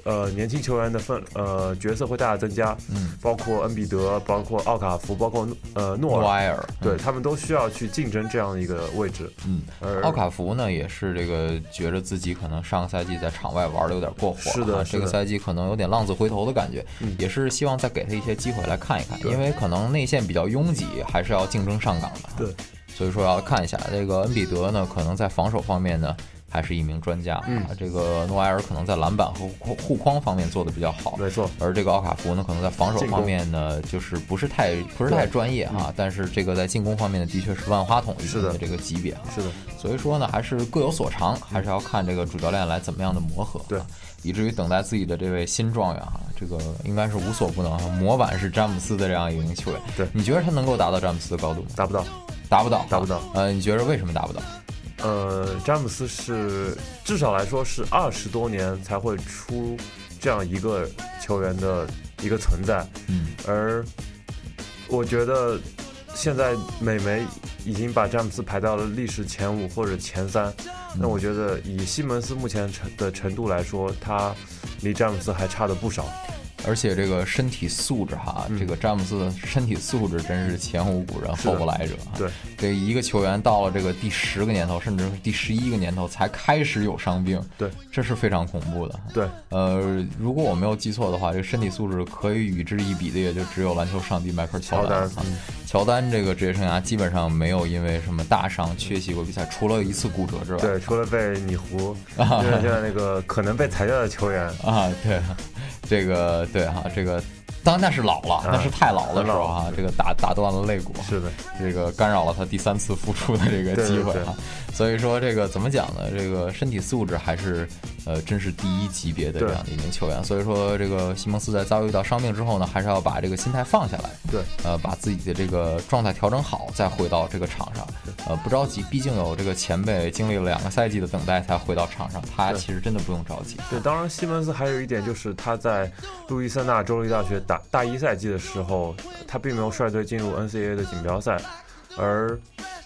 [SPEAKER 2] 呃年轻球员的份呃角色会大大增加，
[SPEAKER 1] 嗯，
[SPEAKER 2] 包括恩比德，包括奥卡福，包括诺呃
[SPEAKER 1] 诺
[SPEAKER 2] 诺尔，
[SPEAKER 1] 埃尔，
[SPEAKER 2] 对他们都需要去竞争这样的一个位置。
[SPEAKER 1] 嗯，
[SPEAKER 2] 而
[SPEAKER 1] 奥卡福呢也是这个觉着自己可能上个赛季在场外玩的有点过火了啊，
[SPEAKER 2] 是的是
[SPEAKER 1] 这个
[SPEAKER 2] 的嗯
[SPEAKER 1] 赛季可能有点浪子回头的感觉，也是希望再给他一些机会来看一看，因为可能内线比较拥挤，还是要竞争上岗的，
[SPEAKER 2] 对，
[SPEAKER 1] 所以说要看一下这个恩比德呢，可能在防守方面呢。还是一名专家，嗯，这个诺埃尔可能在篮板和护护框方面做的比较好，
[SPEAKER 2] 没错
[SPEAKER 1] 而这个奥卡福呢，可能在防守
[SPEAKER 2] 进攻嗯
[SPEAKER 1] 方面呢，就是不是太不是太专业哈、但是这个在进攻方面呢，的确是万花筒一
[SPEAKER 2] 是
[SPEAKER 1] 定
[SPEAKER 2] 的
[SPEAKER 1] 的这个级别哈、
[SPEAKER 2] 是的，
[SPEAKER 1] 所以说呢，还是各有所长，还是要看这个主教练来怎么样的磨合。啊
[SPEAKER 2] 对，
[SPEAKER 1] 以至于等待自己的这位新状元哈，这个应该是无所不能哈，模板是詹姆斯的这样一名球员。
[SPEAKER 2] 对
[SPEAKER 1] 你觉得他能够达到詹姆斯的高度吗？
[SPEAKER 2] 达不到。
[SPEAKER 1] 达不到，
[SPEAKER 2] 达不到
[SPEAKER 1] 啊呃，你觉得为什么达不到？
[SPEAKER 2] 呃，詹姆斯是至少来说是二十多年才会出这样一个球员的一个存在，
[SPEAKER 1] 嗯，
[SPEAKER 2] 而我觉得现在美媒已经把詹姆斯排到了历史前五或者前三，
[SPEAKER 1] 嗯
[SPEAKER 2] 那我觉得以西蒙斯目前程的程度来说，他离詹姆斯还差的不少。
[SPEAKER 1] 而且这个身体素质哈，
[SPEAKER 2] 嗯
[SPEAKER 1] 这个詹姆斯的身体素质真是前无古人
[SPEAKER 2] 是的
[SPEAKER 1] 后无来者啊。
[SPEAKER 2] 对，
[SPEAKER 1] 这一个球员到了这个第十个年头，甚至是第十一个年头才开始有伤病，
[SPEAKER 2] 对，
[SPEAKER 1] 这是非常恐怖的。
[SPEAKER 2] 对，
[SPEAKER 1] 呃，如果我没有记错的话，这个身体素质可以与之一比的，也就只有篮球上帝迈克尔乔
[SPEAKER 2] 乔
[SPEAKER 1] 丹
[SPEAKER 2] 丹嗯
[SPEAKER 1] 啊。乔丹这个职业生涯基本上没有因为什么大伤缺席过比赛，除了一次骨折之外。
[SPEAKER 2] 对，除了被你胡，就是现在那个可能被裁掉的球员，
[SPEAKER 1] 啊，对，这个对哈、这个当然那是老了，那是太老的时候啊，这个打打断了肋骨，啊
[SPEAKER 2] 是的，
[SPEAKER 1] 这个干扰了他第三次复出的这个
[SPEAKER 2] 对
[SPEAKER 1] 机
[SPEAKER 2] 对
[SPEAKER 1] 会
[SPEAKER 2] 对
[SPEAKER 1] 啊。所以说这个怎么讲呢？这个身体素质还是呃，真是第一级别的这
[SPEAKER 2] 对
[SPEAKER 1] 样的一名球员。所以说这个西蒙斯在遭遇到伤病之后呢，还是要把这个心态放下来，
[SPEAKER 2] 对，
[SPEAKER 1] 呃，把自己的这个状态调整好，再回到这个场上。呃，不着急，毕竟有这个前辈经历了两个赛季的等待才回到场上，他
[SPEAKER 2] 对
[SPEAKER 1] 其实真的不用着急。
[SPEAKER 2] 对，当然西蒙斯还有一点就是他在路易斯安那州立大学打大一赛季的时候，他并没有率队进入 NCAA 的锦标赛，而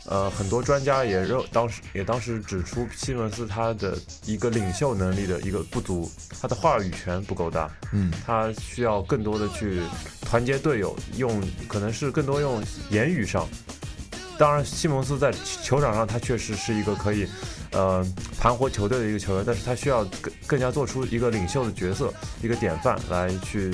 [SPEAKER 2] 呃很多专家也认当时也当时指出西蒙斯他的一个领袖能力的一个不足，他的话语权不够大，
[SPEAKER 1] 嗯，
[SPEAKER 2] 他需要更多的去团结队友，用可能是更多用言语上。当然，西蒙斯在球场上他确实是一个可以，呃，盘活球队的一个球员，但是他需要更更加做出一个领袖的角色，一个典范来去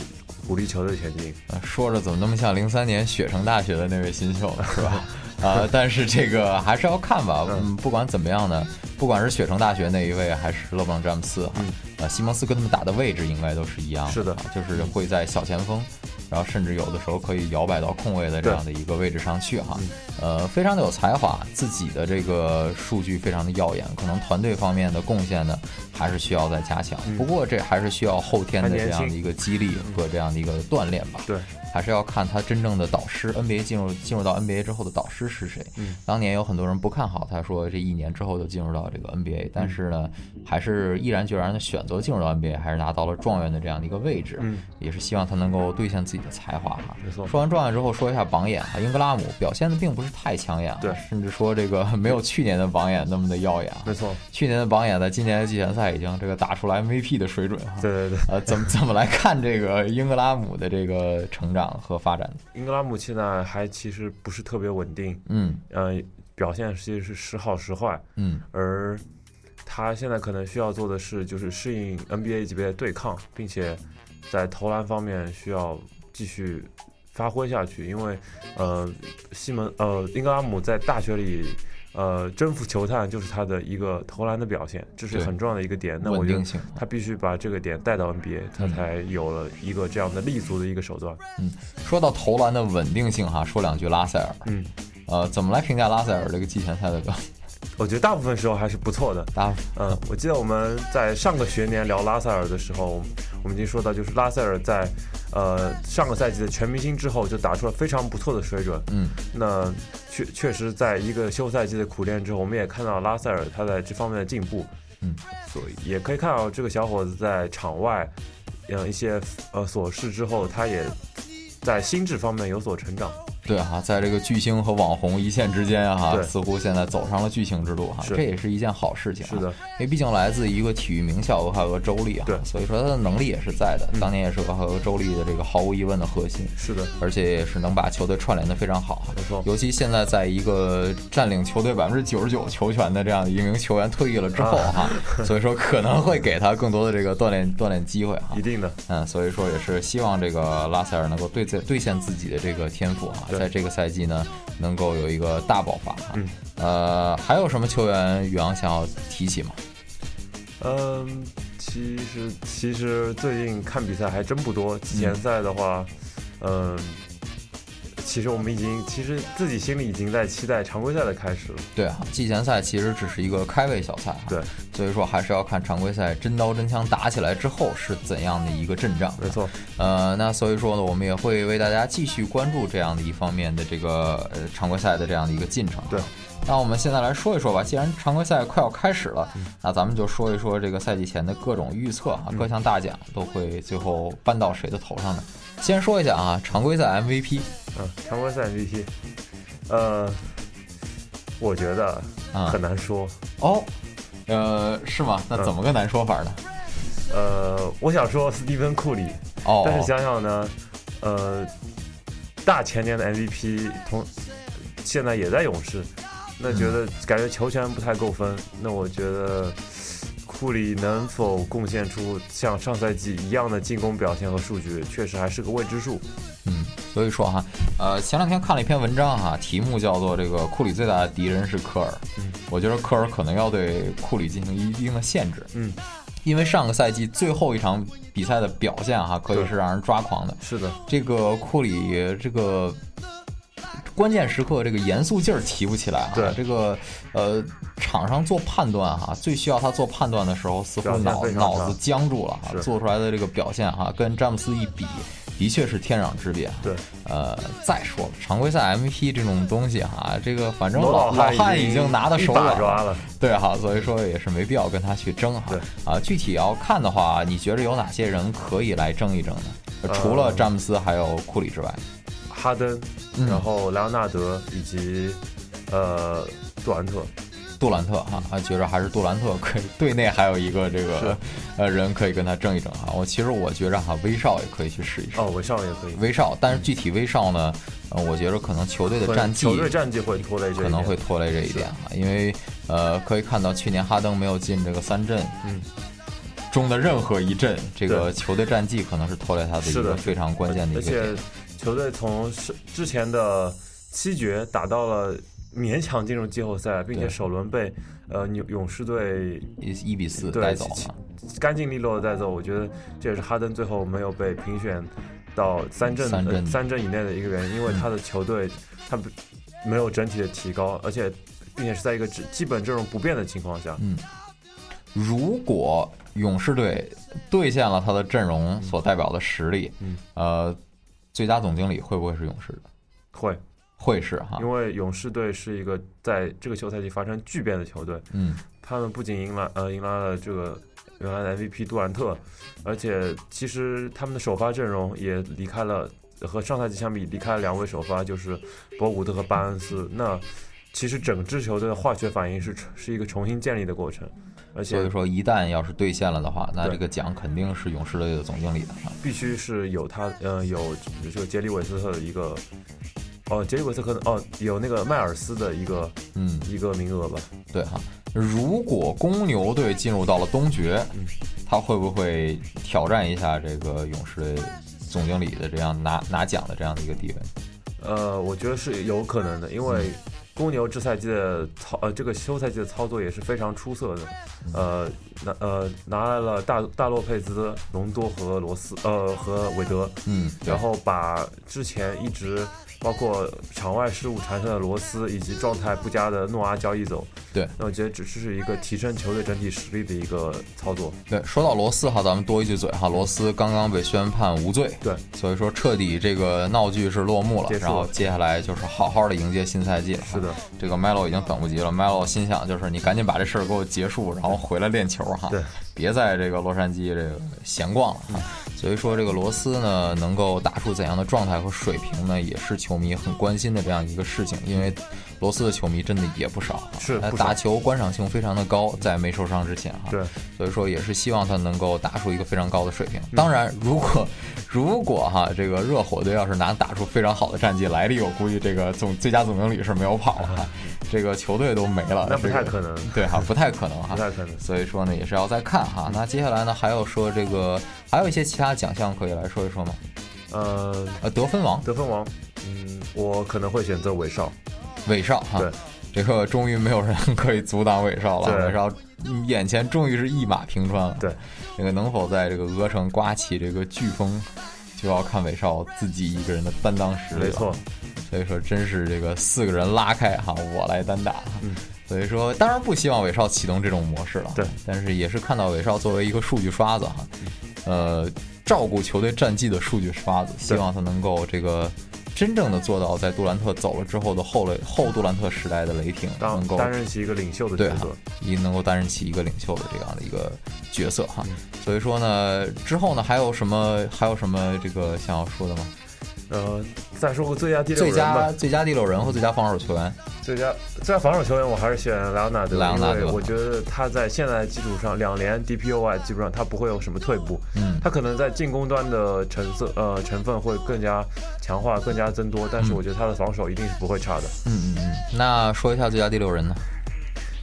[SPEAKER 2] 鼓励球队前进。
[SPEAKER 1] 呃说着怎么那么像零三年雪城大学的那位新秀呢，是吧？ 啊、但是这个还是要看吧。嗯，不管怎么样呢，不管是雪城大学那一位，还是勒布朗詹姆斯哈，呃，西蒙斯跟他们打的位置应该都是一样的，
[SPEAKER 2] 嗯是的
[SPEAKER 1] 啊就是会在小前锋。然后甚至有的时候可以摇摆到空位的这样的一个位置上去哈，
[SPEAKER 2] 嗯
[SPEAKER 1] 呃，非常的有才华，自己的这个数据非常的耀眼，可能团队方面的贡献呢还是需要再加强。不过这还是需要后天的
[SPEAKER 2] 嗯还
[SPEAKER 1] 这
[SPEAKER 2] 年
[SPEAKER 1] 样
[SPEAKER 2] 轻
[SPEAKER 1] 的一个激励和这样的一个锻炼吧。
[SPEAKER 2] 对，
[SPEAKER 1] 还是要看他真正的导师，NBA 进入进入到 NBA 之后的导师是谁。
[SPEAKER 2] 嗯，
[SPEAKER 1] 当年有很多人不看好他，说这一年之后就进入到这个
[SPEAKER 2] 嗯
[SPEAKER 1] NBA，但是呢，还是毅然决然的选择进入到 NBA，还是拿到了状元的这样的一个位置。
[SPEAKER 2] 嗯，
[SPEAKER 1] 也是希望他能够兑现自己的才华哈。
[SPEAKER 2] 没错
[SPEAKER 1] 说完状元之后，说一下榜眼哈，英格拉姆表现的并不是太抢眼啊，
[SPEAKER 2] 对
[SPEAKER 1] 甚至说这个 没有去年的榜眼那么的耀眼啊。
[SPEAKER 2] 没错，
[SPEAKER 1] 去年的榜眼在今年的季前赛已经这个打出了 MVP 的水准哈。
[SPEAKER 2] 对对对。
[SPEAKER 1] 呃，怎么怎么来看这个英格拉姆的这个成长和发展？
[SPEAKER 2] 英格拉姆现在还其实不是特别稳定，
[SPEAKER 1] 嗯
[SPEAKER 2] 呃，表现其实是时好时坏，
[SPEAKER 1] 嗯
[SPEAKER 2] 而他现在可能需要做的是，就是适应 NBA 级别的对抗，并且在投篮方面需要继续发挥下去，因为呃，西蒙呃英格拉姆在大学里。呃，征服球探就是他的一个投篮的表现，这是
[SPEAKER 1] 对
[SPEAKER 2] 很重要的一个点。那
[SPEAKER 1] 稳
[SPEAKER 2] 我觉得
[SPEAKER 1] 定性
[SPEAKER 2] 他必须把这个点带到 NBA，他才有了一个这样的立足的一个手段。
[SPEAKER 1] 嗯，说到投篮的稳定性哈，说两句拉塞尔。
[SPEAKER 2] 嗯，
[SPEAKER 1] 呃，怎么来评价拉塞尔这个季前赛的表
[SPEAKER 2] 我觉得大部分时候还是不错的。
[SPEAKER 1] 打法？
[SPEAKER 2] 嗯，我记得我们在上个学年聊拉塞尔的时候，我们已经说到，就是拉塞尔在呃上个赛季的全明星之后就打出了非常不错的水准。
[SPEAKER 1] 嗯，
[SPEAKER 2] 那确确实在一个休赛季的苦练之后，我们也看到拉塞尔他在这方面的进步。
[SPEAKER 1] 嗯，
[SPEAKER 2] 所以也可以看到这个小伙子在场外，呃嗯一些呃琐事之后，他也在心智方面有所成长。
[SPEAKER 1] 对哈、在这个巨星和网红一线之间啊哈、
[SPEAKER 2] 对
[SPEAKER 1] 似乎现在走上了巨星之路哈、
[SPEAKER 2] 是
[SPEAKER 1] 这也是一件好事情、啊。
[SPEAKER 2] 是的，
[SPEAKER 1] 因为毕竟来自一个体育名校俄亥俄州立哈、
[SPEAKER 2] 对嗯
[SPEAKER 1] 所以说他的能力也是在的，当年也是俄亥俄州立的这个毫无疑问的核心。
[SPEAKER 2] 是的，
[SPEAKER 1] 而且也是能把球队串联的非常好，
[SPEAKER 2] 没错
[SPEAKER 1] 尤其现在在一个占领球队百分之九十九球权的这样一名球员退役了之后
[SPEAKER 2] 啊
[SPEAKER 1] 哈、 所以说可能会给他更多的这个锻炼锻炼机会哈、
[SPEAKER 2] 一定的，
[SPEAKER 1] 嗯，所以说也是希望这个拉塞尔能够兑现兑现自己的这个天赋啊，
[SPEAKER 2] 对
[SPEAKER 1] 在这个赛季呢能够有一个大爆发、啊。嗯，呃，还有什么球员宇昂想要提起吗？
[SPEAKER 2] 嗯，其实其实最近看比赛还真不多，季前赛的话，嗯。其实我们已经，其实自己心里已经在期待常规赛的开始了。
[SPEAKER 1] 对啊，季前赛其实只是一个开胃小菜、啊，
[SPEAKER 2] 对，
[SPEAKER 1] 所以说还是要看常规赛真刀真枪打起来之后是怎样的一个阵仗、
[SPEAKER 2] 没错，
[SPEAKER 1] 呃，那所以说呢，我们也会为大家继续关注这样的一方面的这个呃常规赛的这样的一个进程。啊
[SPEAKER 2] 对，
[SPEAKER 1] 那我们现在来说一说吧，既然常规赛快要开始了，
[SPEAKER 2] 嗯
[SPEAKER 1] 那咱们就说一说这个赛季前的各种预测啊，各项大奖都会最后搬到谁的头上呢？先说一下啊，常规赛 MVP
[SPEAKER 2] 嗯，常规赛 MVP，呃，我觉得
[SPEAKER 1] 啊
[SPEAKER 2] 很难说。
[SPEAKER 1] 哦，呃，是吗？那怎么个难说法呢？
[SPEAKER 2] 呃，我想说斯蒂芬库里，
[SPEAKER 1] 哦，
[SPEAKER 2] 但是想想呢，呃，大前年的 MVP 同现在也在勇士，那觉得感觉球权不太够分，那我觉得库里能否贡献出像上赛季一样的进攻表现和数据，确实还是个未知数。
[SPEAKER 1] 嗯，所以说哈，呃，前两天看了一篇文章哈，题目叫做“这个库里最大的敌人是科尔”，我觉得科尔可能要对库里进行一定的限制，
[SPEAKER 2] 嗯，
[SPEAKER 1] 因为上个赛季最后一场比赛的表现哈，可以
[SPEAKER 2] 对
[SPEAKER 1] 是让人抓狂的。
[SPEAKER 2] 是的，
[SPEAKER 1] 这个库里这个关键时刻这个严肃劲儿提不起来哈、
[SPEAKER 2] 对
[SPEAKER 1] 这个呃场上做判断哈、最需要他做判断的时候，似乎
[SPEAKER 2] 表现
[SPEAKER 1] 脑
[SPEAKER 2] 非常差
[SPEAKER 1] 脑子僵住了哈、
[SPEAKER 2] 是
[SPEAKER 1] 做出来的这个表现哈、跟詹姆斯一比。的确是天壤之别哈，
[SPEAKER 2] 对
[SPEAKER 1] 呃，再说了，常规赛 MVP 这种东西哈，这个反正
[SPEAKER 2] 罗
[SPEAKER 1] 老
[SPEAKER 2] 汉
[SPEAKER 1] 汉已经拿到手啊
[SPEAKER 2] 一
[SPEAKER 1] 软
[SPEAKER 2] 把抓了。
[SPEAKER 1] 对哈，所以说也是没必要跟他去争哈
[SPEAKER 2] 对。
[SPEAKER 1] 啊，具体要看的话，你觉得有哪些人可以来争一争
[SPEAKER 2] 呃
[SPEAKER 1] 呢？除了詹姆斯还有库里之外，
[SPEAKER 2] 哈登，
[SPEAKER 1] 嗯
[SPEAKER 2] 然后莱昂纳德以及呃杜兰特，
[SPEAKER 1] 杜兰特哈，啊，觉着还是杜兰特可以，队内还有一个这个
[SPEAKER 2] 是
[SPEAKER 1] 呃人可以跟他争一争哈。我其实我觉着哈，威少也可以去试一试。
[SPEAKER 2] 哦，韦少也可以。
[SPEAKER 1] 威少，但是具体威少呢，呃，我觉着可能球队的
[SPEAKER 2] 可
[SPEAKER 1] 战
[SPEAKER 2] 能
[SPEAKER 1] 绩
[SPEAKER 2] 球队战绩会拖累这一
[SPEAKER 1] 可能
[SPEAKER 2] 点
[SPEAKER 1] 会拖累这一点啊，因为呃，可以看到去年哈登没有进这个三阵，
[SPEAKER 2] 嗯，
[SPEAKER 1] 中的任何一阵，这个
[SPEAKER 2] 对
[SPEAKER 1] 球队战绩可能是拖累他的一
[SPEAKER 2] 是
[SPEAKER 1] 个
[SPEAKER 2] 的
[SPEAKER 1] 非常关键的
[SPEAKER 2] 而
[SPEAKER 1] 一个点
[SPEAKER 2] 且。球队从是之前的七决打到了勉强进入季后赛，并且
[SPEAKER 1] 对
[SPEAKER 2] 首轮被呃勇勇士队
[SPEAKER 1] 一一比四
[SPEAKER 2] 对
[SPEAKER 1] 带走
[SPEAKER 2] 其
[SPEAKER 1] 了，
[SPEAKER 2] 干净利落的带走。我觉得这也是哈登最后没有被评选到三阵
[SPEAKER 1] 三
[SPEAKER 2] 呃
[SPEAKER 1] 阵
[SPEAKER 2] 三阵以内的一个原因，因为他的球队他不没有整体的提高，而且并且是在一个基基本阵容不变的情况
[SPEAKER 1] 嗯
[SPEAKER 2] 下，
[SPEAKER 1] 如果勇士队兑现了他的阵容所代表的实力，
[SPEAKER 2] 嗯
[SPEAKER 1] 呃，最佳总经理会不会是勇士的？
[SPEAKER 2] 会
[SPEAKER 1] 会是哈，
[SPEAKER 2] 因为勇士队是一个在这个球赛季发生巨变的球队。
[SPEAKER 1] 嗯，
[SPEAKER 2] 他们不仅迎来呃迎来了这个原来的 MVP 杜兰特，而且其实他们的首发阵容也离开了呃和上赛季相比离开了两位首发，就是博古特和巴恩斯。那其实整支球队的化学反应是是一个重新建立的过程，而
[SPEAKER 1] 所以
[SPEAKER 2] 且
[SPEAKER 1] 说一旦要是兑现了的话，那
[SPEAKER 2] 对
[SPEAKER 1] 这个奖肯定是勇士队的总经理的哈。
[SPEAKER 2] 必须是有他呃有这个杰里韦斯特的一个。哦，杰里韦斯特可能哦，有那个迈尔斯的一个
[SPEAKER 1] 嗯，
[SPEAKER 2] 一个名额吧，
[SPEAKER 1] 对哈，如果公牛队进入到了东决，他会不会挑战一下这个勇士队总经理的这样拿拿奖的这样的一个地位？
[SPEAKER 2] 呃，我觉得是有可能的，因为公牛这赛季的操呃这个休赛季的操作也是非常出色的，呃拿呃拿来了大大洛佩兹、隆多和罗斯呃和韦德，
[SPEAKER 1] 嗯，对
[SPEAKER 2] 然后把之前一直包括场外失误缠身的罗斯以及状态不佳的诺阿交易走，
[SPEAKER 1] 对
[SPEAKER 2] 那我觉得只是一个提升球队整体实力的一个操作，
[SPEAKER 1] 对，说到罗斯哈，咱们多一句嘴哈，罗斯刚刚被宣判无罪，
[SPEAKER 2] 对
[SPEAKER 1] 所以说彻底这个闹剧是落幕了，
[SPEAKER 2] 结束
[SPEAKER 1] 然
[SPEAKER 2] 了
[SPEAKER 1] 后接下来就是好好的迎接新赛季了。
[SPEAKER 2] 是的，
[SPEAKER 1] 这个 Melo 已经等不及了，Melo 心想就是你赶紧把这事儿给我结束，然后回来练球哈，
[SPEAKER 2] 对，嗯
[SPEAKER 1] 别在这个洛杉矶这个闲逛了哈。所以说这个罗斯呢，能够打出怎样的状态和水平呢，也是球球迷很关心的这样一个事情，因为罗斯的球迷真的也不少啊，
[SPEAKER 2] 是
[SPEAKER 1] 他
[SPEAKER 2] 不少
[SPEAKER 1] 打球观赏性非常的高，在没受伤之前哈，
[SPEAKER 2] 对，
[SPEAKER 1] 所以说也是希望他能够打出一个非常高的水平。
[SPEAKER 2] 嗯
[SPEAKER 1] 当然，如果如果哈这个热火队要是能打出非常好的战绩，莱利我估计这个总最佳总经理是没有跑哈，这个球队都没了，
[SPEAKER 2] 那不太
[SPEAKER 1] 这个
[SPEAKER 2] 可能
[SPEAKER 1] 对哈，不太可能哈，
[SPEAKER 2] 不太可能
[SPEAKER 1] 所以说呢，也是要再看哈。那接下来呢，还有说这个，还有一些其他奖项可以来说一说吗？
[SPEAKER 2] 呃，
[SPEAKER 1] 呃，得分王
[SPEAKER 2] 得分王，嗯，我可能会选择韦少，
[SPEAKER 1] 韦少哈
[SPEAKER 2] 对，
[SPEAKER 1] 这个终于没有人 可以阻挡韦少了。
[SPEAKER 2] 对
[SPEAKER 1] 韦少嗯眼前终于是一马平川了。
[SPEAKER 2] 对，
[SPEAKER 1] 这个能否在这个鹅城刮起这个飓风，就要看韦少自己一个人的担当实力了。
[SPEAKER 2] 没错，
[SPEAKER 1] 所以说真是这个四个人拉开哈，我来单打。嗯，所以说当然不希望韦少启动这种模式了。
[SPEAKER 2] 对，
[SPEAKER 1] 但是也是看到韦少作为一个数据刷子哈，呃，照顾球队战绩的数据刷子，希望他能够这个。真正的做到在杜兰特走了之后的后雷后杜兰特时代的雷霆
[SPEAKER 2] 当
[SPEAKER 1] 能够
[SPEAKER 2] 担任起一个领袖的
[SPEAKER 1] 对啊哈
[SPEAKER 2] 角色，，
[SPEAKER 1] 一能够担任起一个领袖的这样的一个角色哈。所以说呢，之后呢还有什么还有什么这个想要说的吗？
[SPEAKER 2] 呃，再说个最佳第六
[SPEAKER 1] 最
[SPEAKER 2] 人吧
[SPEAKER 1] 佳，最佳第六人和最佳防守球员，
[SPEAKER 2] 最佳最佳防守球员，我还是选莱昂纳德，
[SPEAKER 1] 莱昂纳德
[SPEAKER 2] 因为我觉得他在现在的基础上，两连 DPOY 基本上他不会有什么退步，
[SPEAKER 1] 嗯
[SPEAKER 2] 他可能在进攻端的成色呃成分会更加强化、更加增多，
[SPEAKER 1] 嗯
[SPEAKER 2] 但是我觉得他的防守一定是不会差的。
[SPEAKER 1] 嗯嗯嗯。那说一下最佳第六人呢？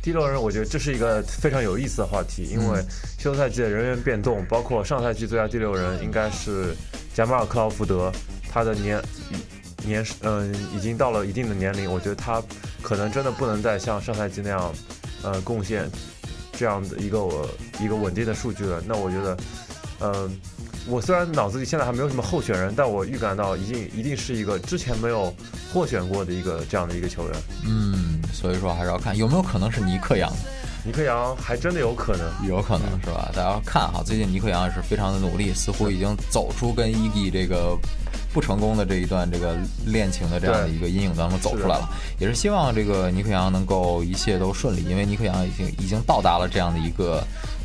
[SPEAKER 2] 第六人，我觉得这是一个非常有意思的话题，因为休赛季的人员变动，包括上赛季最佳第六人应该是贾马尔克劳福德，他的年年嗯、已经到了一定的年龄，我觉得他可能真的不能再像上赛季那样，呃，贡献这样的一个我一个稳定的数据了。那我觉得，呃，我虽然脑子里现在还没有什么候选人，但我预感到一定一定是一个之前没有获选过的一个这样的一个球员。
[SPEAKER 1] 嗯，所以说还是要看有没有可能是尼克杨，
[SPEAKER 2] 尼克杨还真的有可能。
[SPEAKER 1] 有可能是吧？大家要看哈，最近尼克杨也是非常的努力，似乎已经走出跟伊蒂这个不成功的这一段这个恋情的这样的
[SPEAKER 2] 对
[SPEAKER 1] 一个阴影当中走出来了。也是希望这个尼克杨能够一切都顺利，因为尼克杨已经已经到达了这样的一个。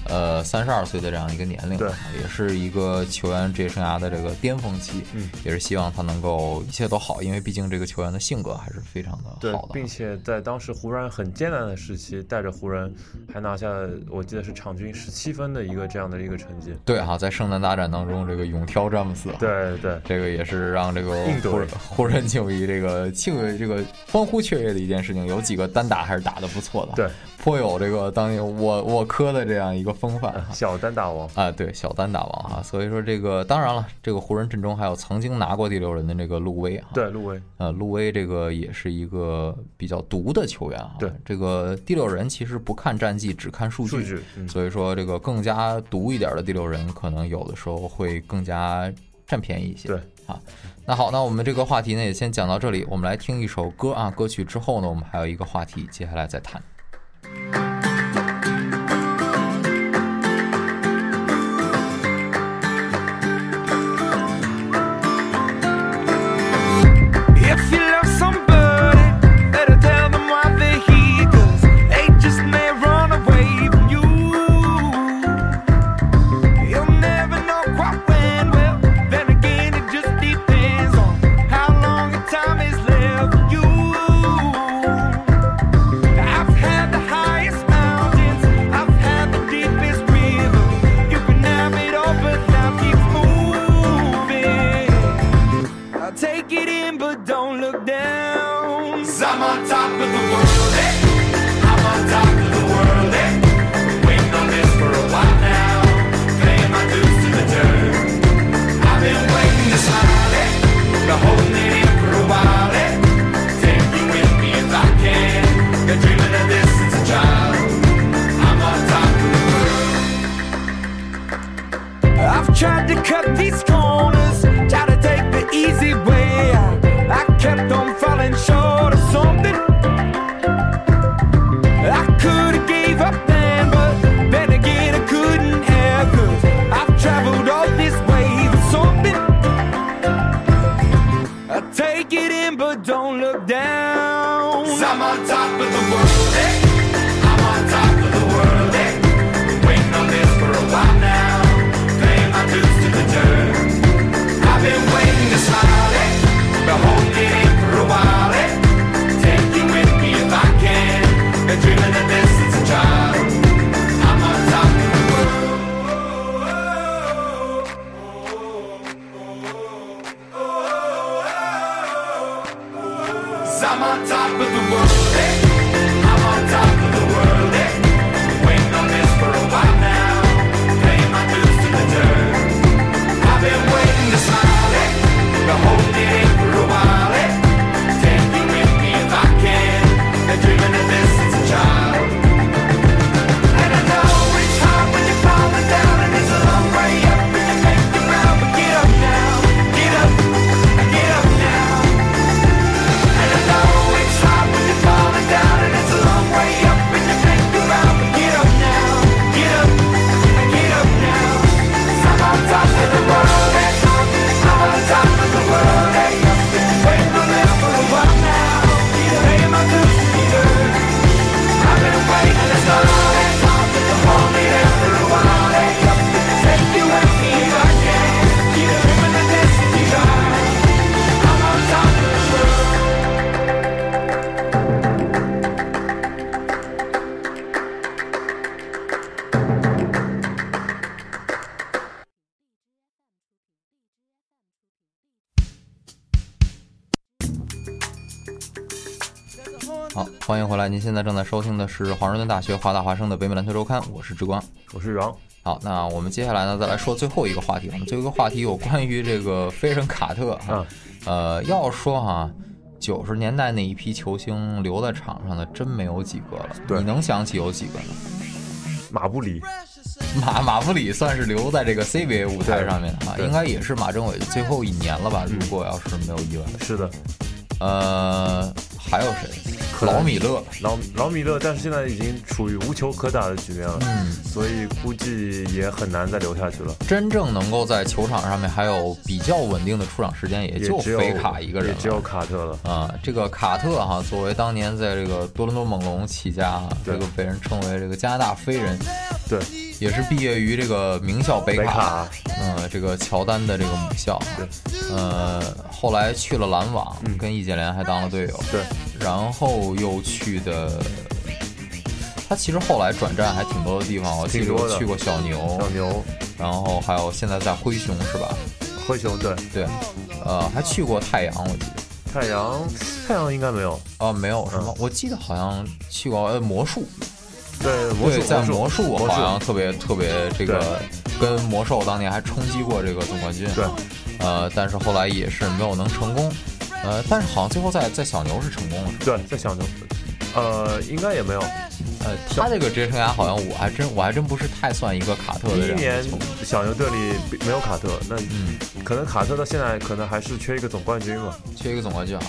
[SPEAKER 1] 呃，三十二岁的这样一个年龄，
[SPEAKER 2] 对
[SPEAKER 1] 也是一个球员职业生涯的这个巅峰期，
[SPEAKER 2] 嗯
[SPEAKER 1] 也是希望他能够一切都好，因为毕竟这个球员的性格还是非常
[SPEAKER 2] 对
[SPEAKER 1] 的好的，，
[SPEAKER 2] 并且在当时湖人很艰难的时期，带着湖人还拿下，我记得是场均十七分的一个这样的一个成绩。
[SPEAKER 1] 对哈、在圣诞大战当中，这个勇挑詹姆斯，，
[SPEAKER 2] 对对，
[SPEAKER 1] 这个也是让这个
[SPEAKER 2] 硬怼
[SPEAKER 1] 湖人 湖人球迷这个庆这个欢呼雀跃的一件事情。有几个单打还是打得不错的，
[SPEAKER 2] 对，
[SPEAKER 1] 颇有这个当年我我科的这样一个风范哈。
[SPEAKER 2] 小单打王，
[SPEAKER 1] 啊，对，小单打王哈，所以说这个当然了，这个湖人阵中还有曾经拿过第六人的这个路威哈，
[SPEAKER 2] 对路威，
[SPEAKER 1] 呃，路威这个也是一个比较毒的球员啊。
[SPEAKER 2] 对
[SPEAKER 1] 这个第六人其实不看战绩，只看数据。
[SPEAKER 2] 数据嗯
[SPEAKER 1] 所以说，这个更加毒一点的第六人，可能有的时候会更加占便宜一些。
[SPEAKER 2] 对
[SPEAKER 1] 啊。那好，那我们这个话题呢也先讲到这里，我们来听一首歌啊，歌曲之后呢，我们还有一个话题，接下来再谈。
[SPEAKER 8] If you love somebody, better tell them why they're here, 'cause they just may run away from you. You'll never know quite when. Well, then again, it just depends on how long a time is left for you. I've had the highest mountains, I've had the deepest rivers. You can have it all, but life keeps moving. I'll take it in, but don't look down.
[SPEAKER 7] Cause I'm on top of the world, eh? I'm on top of the world, eh? Waiting on this for a while now. Paying my dues to the dirt. I've been waiting to smile, eh? Been holding it in for a while, eh? Take you with me if I can. Been dreaming of this since a child. I'm on top of the world.
[SPEAKER 8] I've tried to cut these corners, tried to take the easy way out. I kept on falling short of something. I could have gave up then, but then again I couldn't have. Cause I've traveled all this way for something. I take it in, but don't look down.
[SPEAKER 7] Cause I'm on top of the world, eh? I'm on top of the world, eh? Been waiting on this for a while now. Paying my dues to the dirt.
[SPEAKER 1] 欢迎回来，您现在正在收听的是华盛顿大学华大华生的北美篮球周刊，我是之光。
[SPEAKER 2] 我是杨，
[SPEAKER 1] 好，那我们接下来呢，再来说最后一个话题。我们最后一个话题有关于这个菲神卡特
[SPEAKER 2] 嗯，
[SPEAKER 1] 呃，要说哈，九十年代那一批球星留在场上的真没有几个了。
[SPEAKER 2] 对
[SPEAKER 1] 你能想起有几个呢？
[SPEAKER 2] 马布里，
[SPEAKER 1] 马马弗里算是留在这个 CBA 舞台
[SPEAKER 2] 对
[SPEAKER 1] 上面啊，
[SPEAKER 2] 对嗯
[SPEAKER 1] 应该也是马政委最后一年了吧？如果要是没有意外，
[SPEAKER 2] 是的，
[SPEAKER 1] 呃，还有谁？
[SPEAKER 2] 可能
[SPEAKER 1] 老米勒，
[SPEAKER 2] 老老米勒，但是现在已经处于无球可打的局面了，
[SPEAKER 1] 嗯
[SPEAKER 2] 所以估计也很难再留下去了。
[SPEAKER 1] 真正能够在球场上面还有比较稳定的出场时间，也
[SPEAKER 2] 也
[SPEAKER 1] 就
[SPEAKER 2] 只有
[SPEAKER 1] 菲卡一个人
[SPEAKER 2] 也
[SPEAKER 1] 了
[SPEAKER 2] 只有卡特了。
[SPEAKER 1] 啊、这个卡特哈、作为当年在这个多伦多猛龙起家哈、
[SPEAKER 2] 对
[SPEAKER 1] 这个被人称为这个加拿大飞人，
[SPEAKER 2] 对，
[SPEAKER 1] 也是毕业于这个名校北
[SPEAKER 2] 北卡
[SPEAKER 1] 嗯、这个乔丹的这个母校，呃，后来去了篮网，
[SPEAKER 2] 嗯
[SPEAKER 1] 跟易建联还当了队友，
[SPEAKER 2] 对，
[SPEAKER 1] 然后又去的。他其实后来转战还挺多的地方，我记
[SPEAKER 2] 挺
[SPEAKER 1] 得
[SPEAKER 2] 多
[SPEAKER 1] 我
[SPEAKER 2] 的
[SPEAKER 1] 去过小牛，
[SPEAKER 2] 小牛、
[SPEAKER 1] 然后还有现在在灰熊是吧？
[SPEAKER 2] 灰熊，对，
[SPEAKER 1] 对，呃，还去过太阳，我记得。
[SPEAKER 2] 太阳，太阳应该没有。
[SPEAKER 1] 啊，没有什么，
[SPEAKER 2] 嗯
[SPEAKER 1] 我记得好像去过呃魔术，
[SPEAKER 2] 对，魔
[SPEAKER 1] 对，
[SPEAKER 2] 术，
[SPEAKER 1] 在魔
[SPEAKER 2] 魔
[SPEAKER 1] 术我
[SPEAKER 2] 魔
[SPEAKER 1] 好像
[SPEAKER 2] 术，
[SPEAKER 1] 特别特别这个跟魔兽当年还冲击过这个总冠军，
[SPEAKER 2] 对，
[SPEAKER 1] 呃，但是后来也是没有能成功，呃，但是好像最后在在小牛是成功了，是吧
[SPEAKER 2] 对，在小牛，呃，应该也没有。
[SPEAKER 1] 呃，他这个职业生涯好像我还真我还真不是太算一个卡特
[SPEAKER 2] 第
[SPEAKER 1] 的
[SPEAKER 2] 一
[SPEAKER 1] 人，
[SPEAKER 2] 年小牛队里没有卡特，那嗯可能卡特到现在可能还是缺一个总冠军嘛。
[SPEAKER 1] 缺一个总冠军啊。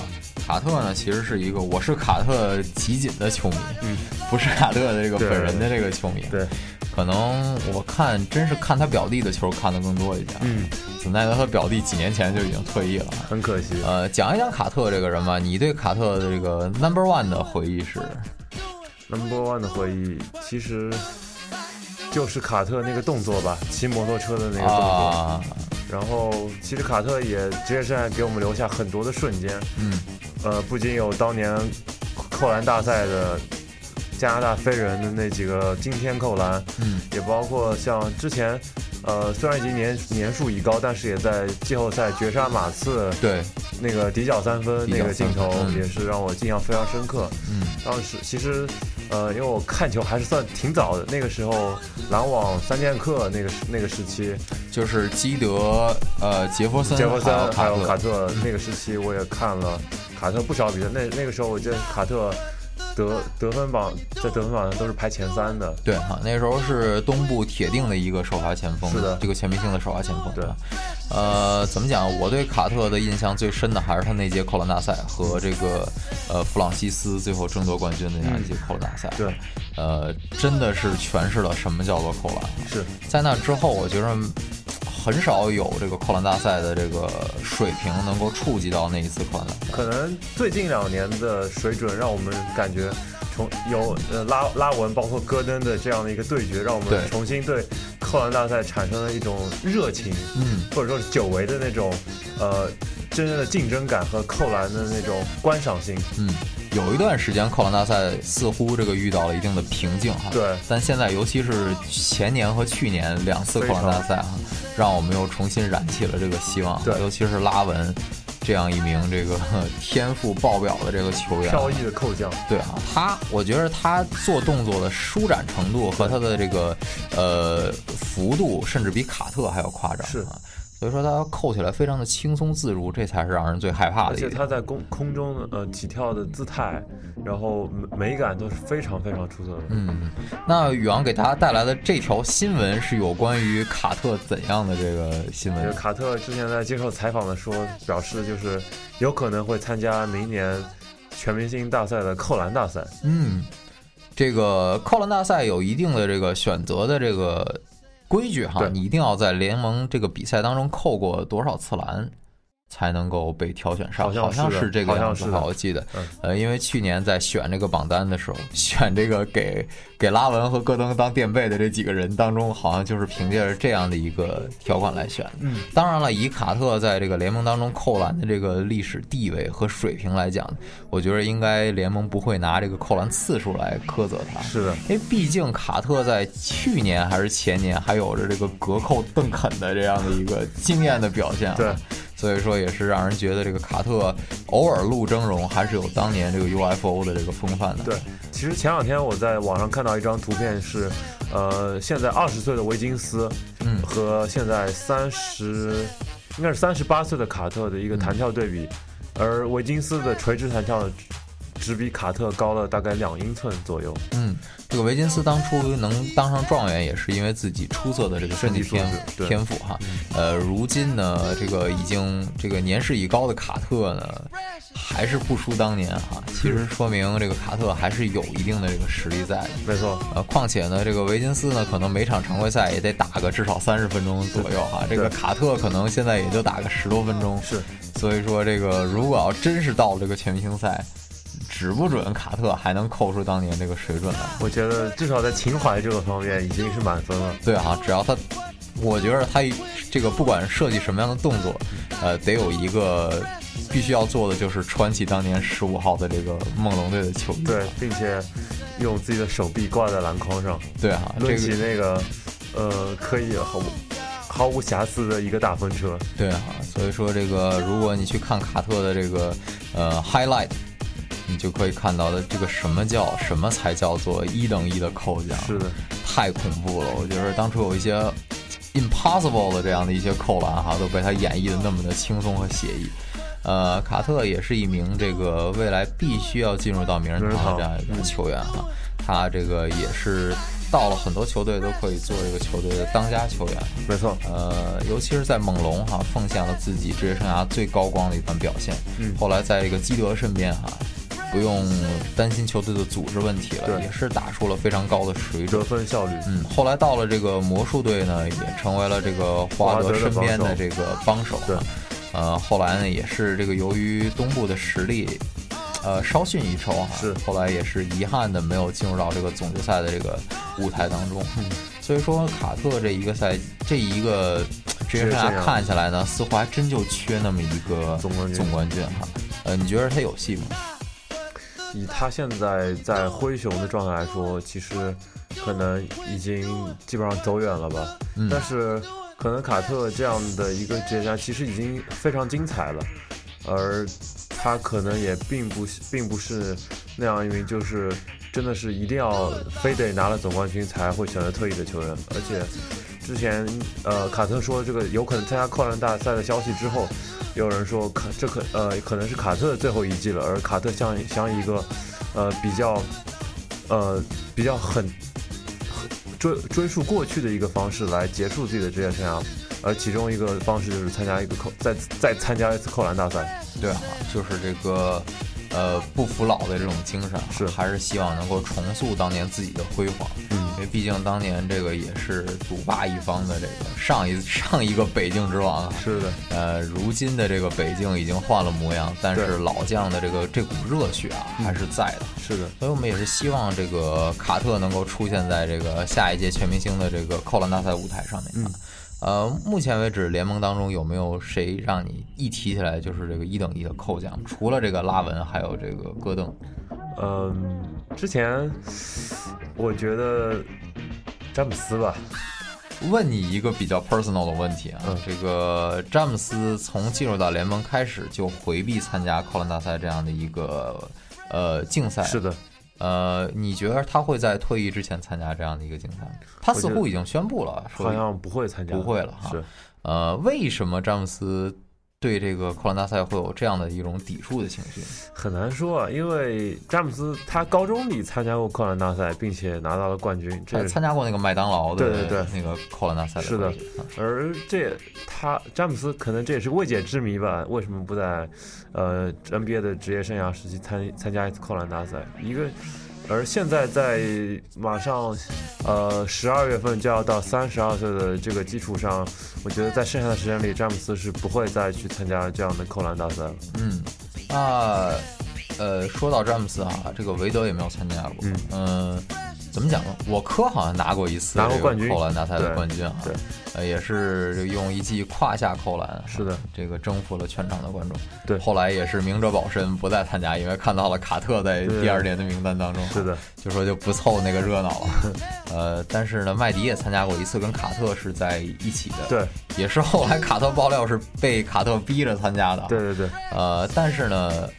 [SPEAKER 1] 卡特呢，其实是一个我是卡特集锦的球迷，嗯，不是卡特的这个
[SPEAKER 2] 对
[SPEAKER 1] 本人的这个球迷，
[SPEAKER 2] 对，
[SPEAKER 1] 可能我看真是看他表弟的球看的更多一点。
[SPEAKER 2] 嗯，
[SPEAKER 1] 子奈德他表弟几年前就已经退役了。
[SPEAKER 2] 很可惜。
[SPEAKER 1] 呃，讲一讲卡特这个人吧，你对卡特的这个 number one 的回忆是？
[SPEAKER 2] Number One 的回忆其实就是卡特那个动作吧，骑摩托车的那个动作。
[SPEAKER 1] 啊，
[SPEAKER 2] 然后，其实卡特也职业生涯给我们留下很多的瞬间。
[SPEAKER 1] 嗯，
[SPEAKER 2] 呃，不仅有当年扣篮大赛的加拿大飞人的那几个惊天扣篮，
[SPEAKER 1] 嗯，
[SPEAKER 2] 也包括像之前，呃，虽然已经年年数已高，但是也在季后赛绝杀马刺
[SPEAKER 1] 对，
[SPEAKER 2] 那个底角三分
[SPEAKER 1] 底角
[SPEAKER 2] 那个
[SPEAKER 1] 三
[SPEAKER 2] 镜
[SPEAKER 1] 分
[SPEAKER 2] 头，
[SPEAKER 1] 嗯
[SPEAKER 2] 也是让我印象非常深刻。
[SPEAKER 1] 嗯，
[SPEAKER 2] 当时其实，呃，因为我看球还是算挺早的，那个时候篮网三剑客那个时那个时期，
[SPEAKER 1] 就是基德、呃杰弗森、
[SPEAKER 2] 杰弗森
[SPEAKER 1] 还
[SPEAKER 2] 还
[SPEAKER 1] 有
[SPEAKER 2] 有
[SPEAKER 1] 卡
[SPEAKER 2] 卡
[SPEAKER 1] 特，嗯
[SPEAKER 2] 特那个时期，我也看了卡特不少比赛。那那个时候我记得卡特得得分榜在得分榜上都是排前三的。
[SPEAKER 1] 对啊，那时候是东部铁定的一个首发前锋，
[SPEAKER 2] 是的
[SPEAKER 1] 这个全明星的首发前锋。啊
[SPEAKER 2] 对，
[SPEAKER 1] 呃，怎么讲？我对卡特的印象最深的还是他那届扣篮大赛和这个呃弗朗西斯最后争夺冠军的那样一届扣篮大赛。
[SPEAKER 2] 嗯对，
[SPEAKER 1] 呃，真的是诠释了什么叫做扣篮。
[SPEAKER 2] 是
[SPEAKER 1] 在那之后，我觉得嗯很少有这个扣篮大赛的这个水平能够触及到那一次扣篮大赛。
[SPEAKER 2] 可能最近两年的水准让我们感觉重有呃拉拉文包括戈登的这样的一个对决，让我
[SPEAKER 1] 对
[SPEAKER 2] 们重新对扣篮大赛产生了一种热情，
[SPEAKER 1] 嗯，
[SPEAKER 2] 或者说是久违的那种呃真正的竞争感和扣篮的那种观赏性。
[SPEAKER 1] 嗯，有一段时间扣篮大赛似乎这个遇到了一定的瓶颈哈。
[SPEAKER 2] 对
[SPEAKER 1] 但现在尤其是前年和去年两次扣篮大赛哈，让我们又重新燃起了这个希望。
[SPEAKER 2] 对
[SPEAKER 1] 尤其是拉文这样一名这个 呵天赋爆表的这个球员。
[SPEAKER 2] 飘逸的扣将，
[SPEAKER 1] 对啊，他我觉得他做动作的舒展程度和他的这个呃幅度，甚至比卡特还要夸张。
[SPEAKER 2] 是
[SPEAKER 1] 啊，所以说他扣起来非常的轻松自如，这才是让人最害怕
[SPEAKER 2] 而
[SPEAKER 1] 的一
[SPEAKER 2] 且
[SPEAKER 1] 点。
[SPEAKER 2] 他在空空中的呃起跳的姿态，然后美美感都是非常非常出色的。
[SPEAKER 1] 嗯，那宇昂给大家带来的这条新闻是有关于卡特怎样的这个新
[SPEAKER 2] 这个
[SPEAKER 1] 闻？
[SPEAKER 2] 卡特之前在接受采访的说，表示就是有可能会参加明年全明星大赛的扣篮大赛。
[SPEAKER 1] 嗯，这个扣篮大赛有一定的这个选择的这个规矩哈，
[SPEAKER 2] 对
[SPEAKER 1] 你一定要在联盟这个比赛当中扣过多少次篮。才能够被挑选上，
[SPEAKER 2] 好像
[SPEAKER 1] 好像
[SPEAKER 2] 是的
[SPEAKER 1] 是这个
[SPEAKER 2] 好像
[SPEAKER 1] 样子
[SPEAKER 2] 是
[SPEAKER 1] 哈，
[SPEAKER 2] 的
[SPEAKER 1] 我记得
[SPEAKER 2] 嗯。
[SPEAKER 1] 呃，因为去年在选这个榜单的时候， 选这个给给拉文和戈登当垫背的这几个人当中，好像就是凭借着这样的一个条款来选的。
[SPEAKER 2] 嗯
[SPEAKER 1] 当然了，以卡特在这个联盟当中扣篮的这个历史地位和水平来讲，我觉得应该联盟不会拿这个扣篮次数来苛责他。
[SPEAKER 2] 是的，
[SPEAKER 1] 因为毕竟卡特在去年还是前年还有着这个隔扣邓肯的这样的一个惊艳的表现、啊，
[SPEAKER 2] 对，
[SPEAKER 1] 所以说也是让人觉得这个卡特偶尔露峥嵘，还是有当年这个 UFO 的这个风范的。
[SPEAKER 2] 对，其实前两天我在网上看到一张图片是，呃，现在二十岁的维金斯，
[SPEAKER 1] 嗯
[SPEAKER 2] 和现在三十，应该是三十八岁的卡特的
[SPEAKER 1] 嗯
[SPEAKER 2] 一个弹跳对比，而维金斯的垂直弹跳只只比卡特高了大概两英寸左右。
[SPEAKER 1] 嗯，这个维金斯当初能当上状元，也是因为自己出色的这个身体天
[SPEAKER 2] 身体素质
[SPEAKER 1] 赋
[SPEAKER 2] 对
[SPEAKER 1] 天赋哈。呃，如今呢，这个已经这个年事已高的卡特呢，还是不输当年哈。其实说明这个卡特还是有一定的这个实力在的。
[SPEAKER 2] 没错，
[SPEAKER 1] 呃，况且呢，这个维金斯呢，可能每场常规赛也得打个至少三十分钟左右哈。这个卡特可能现在也就打个十多分钟，
[SPEAKER 2] 是。
[SPEAKER 1] 所以说，这个如果要真是到了这个全明星赛，指不准卡特还能扣出当年这个水准来。
[SPEAKER 2] 我觉得至少在情怀这个方面已经是满分了。
[SPEAKER 1] 对啊，只要他，我觉得他这个不管设计什么样的动作，呃，得有一个必须要做的，就是穿起当年十五号的这个梦龙队的球衣。
[SPEAKER 2] 对，并且用自己的手臂挂在篮筐上，
[SPEAKER 1] 对啊，这
[SPEAKER 2] 抡起
[SPEAKER 1] 个
[SPEAKER 2] 那个，呃，可以毫无毫无瑕疵的一个大风车。
[SPEAKER 1] 对啊，所以说这个，如果你去看卡特的这个呃 highlight。你就可以看到的这个什么叫什么才叫做一等一的扣奖，
[SPEAKER 2] 是的，
[SPEAKER 1] 太恐怖了。我觉得当初有一些 impossible 的这样的一些扣篮哈，都被他演绎的那么的轻松和写意。呃，卡特也是一名这个未来必须要进入到名人堂的这样一个球员哈，他这个也是到了很多球队都可以做这个球队的当家球员。
[SPEAKER 2] 没错，
[SPEAKER 1] 呃，尤其是在猛龙哈、奉献了自己职业生涯最高光的一段表现。嗯，后来在这个基德身边哈、不用担心球队的组织问题了，
[SPEAKER 2] 对
[SPEAKER 1] 也是打出了非常高的水准
[SPEAKER 2] 得。分效率。
[SPEAKER 1] 嗯，后来到了这个魔术队呢，也成为了这个华德身边的这个帮手。
[SPEAKER 2] 对，
[SPEAKER 1] 呃，后来呢，也是这个由于东部的实力，呃，稍逊一筹哈，
[SPEAKER 2] 是
[SPEAKER 1] 后来也是遗憾的没有进入到这个总决赛的这个舞台当中。
[SPEAKER 2] 嗯
[SPEAKER 1] 所以说，卡特这一个赛这一个职业生
[SPEAKER 2] 职业生
[SPEAKER 1] 涯
[SPEAKER 2] 涯
[SPEAKER 1] 看下来呢，似乎还真就缺那么一个
[SPEAKER 2] 总冠军
[SPEAKER 1] 总冠军哈。呃，你觉得他有戏吗？
[SPEAKER 2] 以他现在在灰熊的状态来说，其实可能已经基本上走远了吧。
[SPEAKER 1] 嗯
[SPEAKER 2] 但是可能卡特这样的一个职业家，其实已经非常精彩了，而他可能也并不是并不是那样一名就是真的是一定要非得拿了总冠军才会选择退役的球员，而且。之前，呃，卡特说这个有可能参加扣篮大赛的消息之后，有人说卡这可呃可能是卡特的最后一季了，而卡特像像一个呃比较呃比较很很追追溯过去的一个方式来结束自己的职业生涯，而其中一个方式就是参加一个扣再再参加一次扣篮大赛，
[SPEAKER 1] 对啊，就是这个呃不服老的这种精神啊，
[SPEAKER 2] 是
[SPEAKER 1] 还是希望能够重塑当年自己的辉煌。
[SPEAKER 2] 嗯
[SPEAKER 1] 因为毕竟当年这个也是独霸一方的这个上一上一个北境之王啊。
[SPEAKER 2] 是的，
[SPEAKER 1] 呃，如今的这个北境已经换了模样，但是
[SPEAKER 2] 对嗯
[SPEAKER 1] 老将的这个这股热血啊还是在的。
[SPEAKER 2] 是的，
[SPEAKER 1] 所以我们也是希望这个卡特能够出现在这个下一届全明星的这个扣篮大赛舞台上面啊。
[SPEAKER 2] 嗯
[SPEAKER 1] 呃，目前为止，联盟当中有没有谁让你一提起来就是这个一等一的扣 奖？除了这个拉文，还有这个戈登，
[SPEAKER 2] 嗯，之前我觉得詹姆斯吧，
[SPEAKER 1] 问你一个比较 personal 的问题啊，
[SPEAKER 2] 嗯
[SPEAKER 1] 这个詹姆斯从进入到联盟开始就回避参加扣篮大赛这样的一个呃竞赛，
[SPEAKER 2] 是的，
[SPEAKER 1] 呃，你觉得他会在退役之前参加这样的一个竞赛吗？他似
[SPEAKER 2] 我觉得
[SPEAKER 1] 乎已经宣布了，说
[SPEAKER 2] 好像不会参加，
[SPEAKER 1] 不会了哈
[SPEAKER 2] 是。
[SPEAKER 1] 呃，为什么詹姆斯对这个扣篮大赛会有这样的一种抵触的情绪？
[SPEAKER 2] 很难说啊，因为詹姆斯他高中里参加过扣篮大赛，并且拿到了冠军，
[SPEAKER 1] 他
[SPEAKER 2] 这
[SPEAKER 1] 参加过那个麦当劳的
[SPEAKER 2] 对对对
[SPEAKER 1] 那个扣篮大赛
[SPEAKER 2] 是的
[SPEAKER 1] 冠军啊
[SPEAKER 2] 而这他詹姆斯可能这也是未解之谜吧，为什么不在呃 NBA 的职业生涯时期参参加一次扣篮大赛？一个，而现在在马上呃十二月份就要到三十二岁的这个基础上，我觉得在剩下的时间里，詹姆斯是不会再去参加这样的扣篮大赛了。
[SPEAKER 1] 嗯，那呃，说到詹姆斯啊，这个韦德也没有参加过。
[SPEAKER 2] 嗯
[SPEAKER 1] 呃怎么讲呢？我科好像拿过一次
[SPEAKER 2] 拿过
[SPEAKER 1] 这个
[SPEAKER 2] 冠军
[SPEAKER 1] 扣篮大赛的
[SPEAKER 2] 对
[SPEAKER 1] 冠军啊，
[SPEAKER 2] 对，
[SPEAKER 1] 呃，也是用一记胯下扣篮，啊
[SPEAKER 2] 是的，
[SPEAKER 1] 这个征服了全场的观众。
[SPEAKER 2] 对
[SPEAKER 1] 后来也是明哲保身，不再参加，因为看到了卡特在
[SPEAKER 2] 对
[SPEAKER 1] 第二年的名单当中，
[SPEAKER 2] 是的，
[SPEAKER 1] 就说就不凑那个热闹 了。呃，但是呢，麦迪也参加过一次，跟卡特是在一起的，
[SPEAKER 2] 对，
[SPEAKER 1] 也是后来卡特爆料是被卡特逼着参加的啊，
[SPEAKER 2] 对对对，
[SPEAKER 1] 呃，但是呢，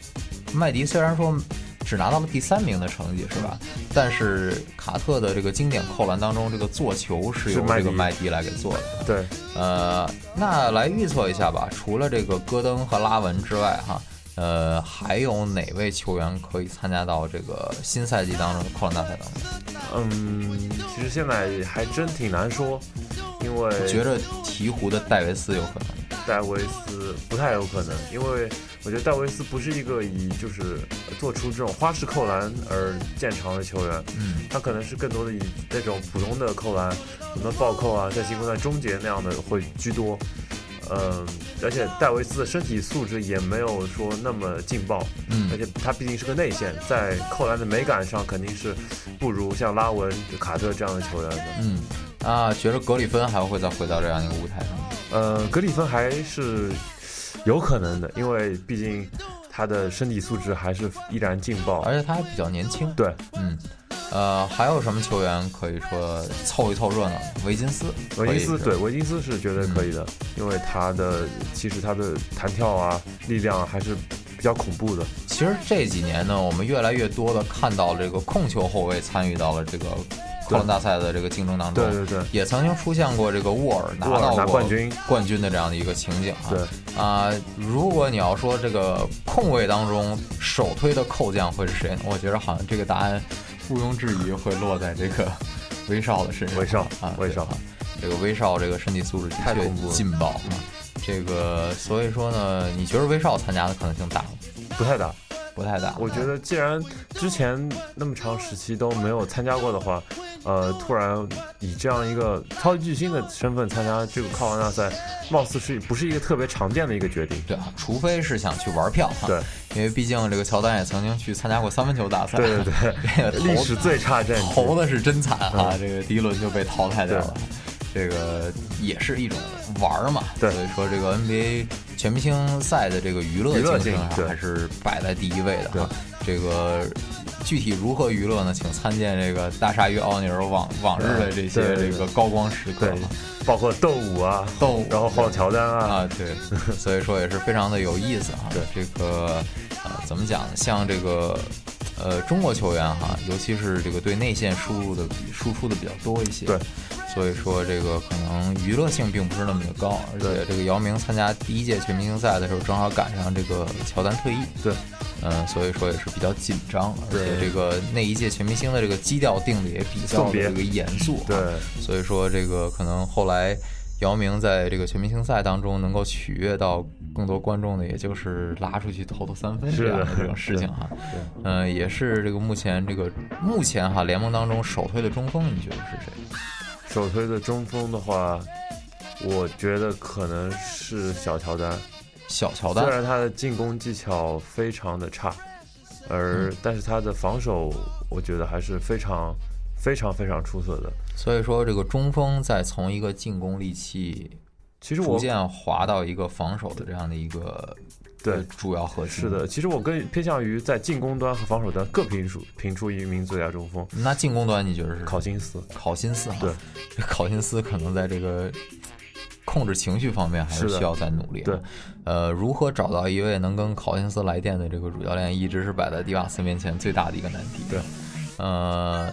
[SPEAKER 1] 麦迪虽然说只拿到了第三名的成绩，是吧？但是卡特的这个经典扣篮当中，这个做球是
[SPEAKER 2] 是
[SPEAKER 1] 由
[SPEAKER 2] 麦
[SPEAKER 1] 这个
[SPEAKER 2] 迪
[SPEAKER 1] 麦迪来给做的。
[SPEAKER 2] 对，
[SPEAKER 1] 呃，那来预测一下吧，除了这个戈登和拉文之外，哈。呃，还有哪位球员可以参加到这个新赛季当中的扣篮大赛当中？
[SPEAKER 2] 嗯，其实现在还真挺难说，因为
[SPEAKER 1] 觉着鹈鹕的戴维斯有可能，
[SPEAKER 2] 戴维斯不太有可能，因为我觉得戴维斯不是一个以就是做出这种花式扣篮而见长的球员，
[SPEAKER 1] 嗯，
[SPEAKER 2] 他可能是更多的以那种普通的扣篮，什么暴扣啊，在进攻段终结那样的会居多。嗯，而且戴维斯的身体素质也没有说那么劲爆，
[SPEAKER 1] 嗯
[SPEAKER 2] 而且他毕竟是个内线，在扣篮的美感上肯定是不如像拉文、卡特这样的球员的。
[SPEAKER 1] 嗯，啊，觉着格里芬还会再回到这样一个舞台上吗？
[SPEAKER 2] 呃，格里芬还是有可能的，因为毕竟他的身体素质还是依然劲爆。
[SPEAKER 1] 而且他还比较年轻，
[SPEAKER 2] 对，
[SPEAKER 1] 嗯，呃，还有什么球员可以说凑一凑热闹呢？维金斯，
[SPEAKER 2] 维金
[SPEAKER 1] 可
[SPEAKER 2] 斯
[SPEAKER 1] 以嗯
[SPEAKER 2] 对维金斯是绝对可以的，因为他的其实他的弹跳啊、力量啊还是比较恐怖的。
[SPEAKER 1] 其实这几年呢，我们越来越多的看到这个控球后卫参与到了这个扣篮大赛的这个竞争当中，
[SPEAKER 2] 对对对
[SPEAKER 1] 也曾经出现过这个沃尔拿
[SPEAKER 2] 沃尔
[SPEAKER 1] 到
[SPEAKER 2] 拿
[SPEAKER 1] 过
[SPEAKER 2] 冠军
[SPEAKER 1] 冠军的这样的一个情景啊。
[SPEAKER 2] 对
[SPEAKER 1] 啊、如果你要说这个控卫当中首推的扣将会是谁呢？我觉得好像这个答案毋庸置疑会落在这个威少的身上。
[SPEAKER 2] 威少
[SPEAKER 1] 啊，
[SPEAKER 2] 威少
[SPEAKER 1] 对啊这个威少这个身体素质的
[SPEAKER 2] 太
[SPEAKER 1] 确
[SPEAKER 2] 恐怖了
[SPEAKER 1] 劲爆啊。这个所以说呢，你觉得威少参加的可能性大吗？
[SPEAKER 2] 不太打，
[SPEAKER 1] 不太大。
[SPEAKER 2] 我觉得既然之前那么长时期都没有参加过的话，呃，突然以这样一个超级巨星的身份参加这个靠篮大赛，貌似是不是一个特别常见的一个决定？
[SPEAKER 1] 对啊，除非是想去玩票哈。
[SPEAKER 2] 对，
[SPEAKER 1] 因为毕竟这个乔丹也曾经去参加过三分球大赛。
[SPEAKER 2] 对对对
[SPEAKER 1] 这个投
[SPEAKER 2] 历史最差战绩。
[SPEAKER 1] 投的是真惨啊！这个第一轮就被淘汰掉了。这个也是一种玩儿嘛，
[SPEAKER 2] 对
[SPEAKER 1] 所以说这个 NBA 全明星赛的这个娱乐
[SPEAKER 2] 娱乐
[SPEAKER 1] 精
[SPEAKER 2] 性
[SPEAKER 1] 神上
[SPEAKER 2] 对
[SPEAKER 1] 还是摆在第一位的
[SPEAKER 2] 对
[SPEAKER 1] 哈。这个具体如何娱乐呢？请参见这个大鲨鱼奥尼尔往往日的这些
[SPEAKER 2] 对对
[SPEAKER 1] 这
[SPEAKER 2] 对
[SPEAKER 1] 个高光时刻
[SPEAKER 2] 对
[SPEAKER 1] 了。，
[SPEAKER 2] 包括斗舞啊，
[SPEAKER 1] 斗舞
[SPEAKER 2] 然后还有乔丹啊，
[SPEAKER 1] 啊，对， 所以说也是非常的有意思哈。
[SPEAKER 2] 对
[SPEAKER 1] 这个呃，怎么讲呢？像这个呃，中国球员哈，尤其是这个对内线输入的输出的比较多一些，
[SPEAKER 2] 对，
[SPEAKER 1] 所以说这个可能娱乐性并不是那么的高，而且
[SPEAKER 2] 对
[SPEAKER 1] 这个姚明参加第一届全明星赛的时候，正好赶上这个乔丹退役，
[SPEAKER 2] 对，
[SPEAKER 1] 嗯，所以说也是比较紧张，而
[SPEAKER 2] 对
[SPEAKER 1] 且这个那一届全明星的这个基调定的也比较
[SPEAKER 2] 送
[SPEAKER 1] 的
[SPEAKER 2] 别
[SPEAKER 1] 这个严肃，啊
[SPEAKER 2] 对，
[SPEAKER 1] 所以说这个可能后来姚明在这个全明星赛当中能够取悦到更多观众的，也就是拉出去投投三分这样的
[SPEAKER 2] 是的
[SPEAKER 1] 这种事情哈。
[SPEAKER 2] 对
[SPEAKER 1] 嗯、也是这个目前这个目前哈联盟当中首推的中锋，你觉得是谁？
[SPEAKER 2] 首推的中锋的话，我觉得可能是小乔丹，
[SPEAKER 1] 小乔
[SPEAKER 2] 虽
[SPEAKER 1] 丹。
[SPEAKER 2] 然他的进攻技巧非常的差，而
[SPEAKER 1] 嗯
[SPEAKER 2] 但是他的防守，我觉得还是非常非常非常出色的。
[SPEAKER 1] 所以说这个中锋在从一个进攻利器
[SPEAKER 2] 其实
[SPEAKER 1] 逐
[SPEAKER 2] 我
[SPEAKER 1] 渐滑到一个防守的这样的一个
[SPEAKER 2] 对
[SPEAKER 1] 呃主要核心。
[SPEAKER 2] 是的，。其实我更偏向于在进攻端和防守端各评出评出一名最佳中锋，
[SPEAKER 1] 那进攻端你觉得是
[SPEAKER 2] 考辛斯。
[SPEAKER 1] 考辛斯哈，
[SPEAKER 2] 对，
[SPEAKER 1] 这 考辛斯可能在这个控制情绪方面还是
[SPEAKER 2] 是的
[SPEAKER 1] 需要再努力。
[SPEAKER 2] 对，
[SPEAKER 1] 呃，如何找到一位能跟考辛斯来电的这个主教练，一直是摆在迪瓦斯面前最大的一个难题。
[SPEAKER 2] 对，
[SPEAKER 1] 呃，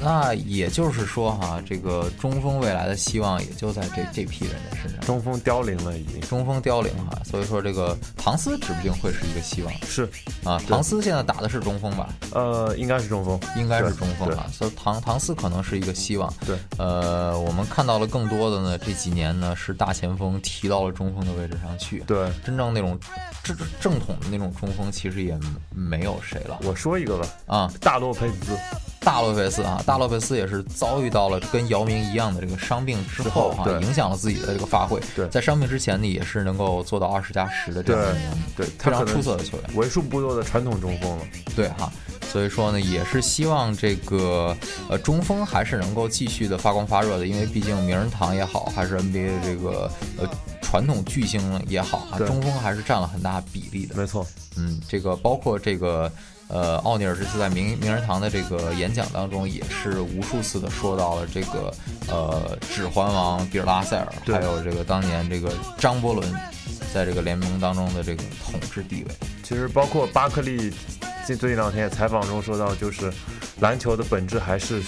[SPEAKER 1] 那也就是说哈，这个中锋未来的希望也就在这这批人的身上。
[SPEAKER 2] 中锋凋零了，已经
[SPEAKER 1] 中锋凋零哈，所以说这个唐斯指不定会是一个希望
[SPEAKER 2] 是，
[SPEAKER 1] 啊。唐斯现在打的是中锋吧？
[SPEAKER 2] 呃，应该是中锋，
[SPEAKER 1] 应该是
[SPEAKER 2] 对
[SPEAKER 1] 中锋吧，所以唐唐斯可能是一个希望。
[SPEAKER 2] 对，
[SPEAKER 1] 呃，我们看到了更多的呢，这几年呢是大前锋提到了中锋的位置上去。，啊
[SPEAKER 2] 对。对
[SPEAKER 1] 真正那种正正统的那种中锋，其实也没有谁了
[SPEAKER 2] 我说一个吧，
[SPEAKER 1] 啊。
[SPEAKER 2] 大洛佩兹
[SPEAKER 1] 大洛佩斯啊，大洛佩斯也是遭遇到了跟姚明一样的这个伤病之后啊，
[SPEAKER 2] 之后对
[SPEAKER 1] 影响了自己的这个发挥。
[SPEAKER 2] 对
[SPEAKER 1] 在伤病之前呢，也是能够做到二十加十的这样的一个
[SPEAKER 2] 对对
[SPEAKER 1] 非
[SPEAKER 2] 他
[SPEAKER 1] 常
[SPEAKER 2] 可能
[SPEAKER 1] 出色的球员。
[SPEAKER 2] 为数不多的传统中锋了。
[SPEAKER 1] 对哈，所以说呢，也是希望这个呃中锋还是能够继续的发光发热的，因为毕竟名人堂也好，还是 NBA 这个呃传统巨星也好啊，
[SPEAKER 2] 对
[SPEAKER 1] 中锋还是占了很大比例的。
[SPEAKER 2] 没错，
[SPEAKER 1] 嗯，这个包括这个呃，奥尼尔这次在名名人堂的这个演讲当中，也是无数次的说到了这个呃，指环王比尔拉塞尔，
[SPEAKER 2] 对
[SPEAKER 1] 还有这个当年这个张伯伦在这个联盟当中的这个统治地位。
[SPEAKER 2] 其实包括巴克利，最最近两天也采访中说到，就是篮球的本质还是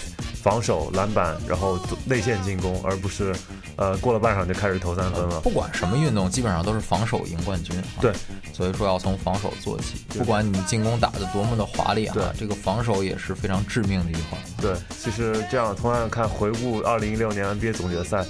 [SPEAKER 2] 防守、篮板，然后内线进攻，而不是呃过了半场就开始投三分了
[SPEAKER 1] 不。管什么运动，基本上都是防守赢冠军。啊
[SPEAKER 2] 对，
[SPEAKER 1] 所以说要从防守做起，
[SPEAKER 2] 对
[SPEAKER 1] 不管你进攻打得多么的华丽啊
[SPEAKER 2] 对，
[SPEAKER 1] 这个防守也是非常致命的一环。
[SPEAKER 2] 对，其实这样同样看回顾二零一六年 NBA 总决赛，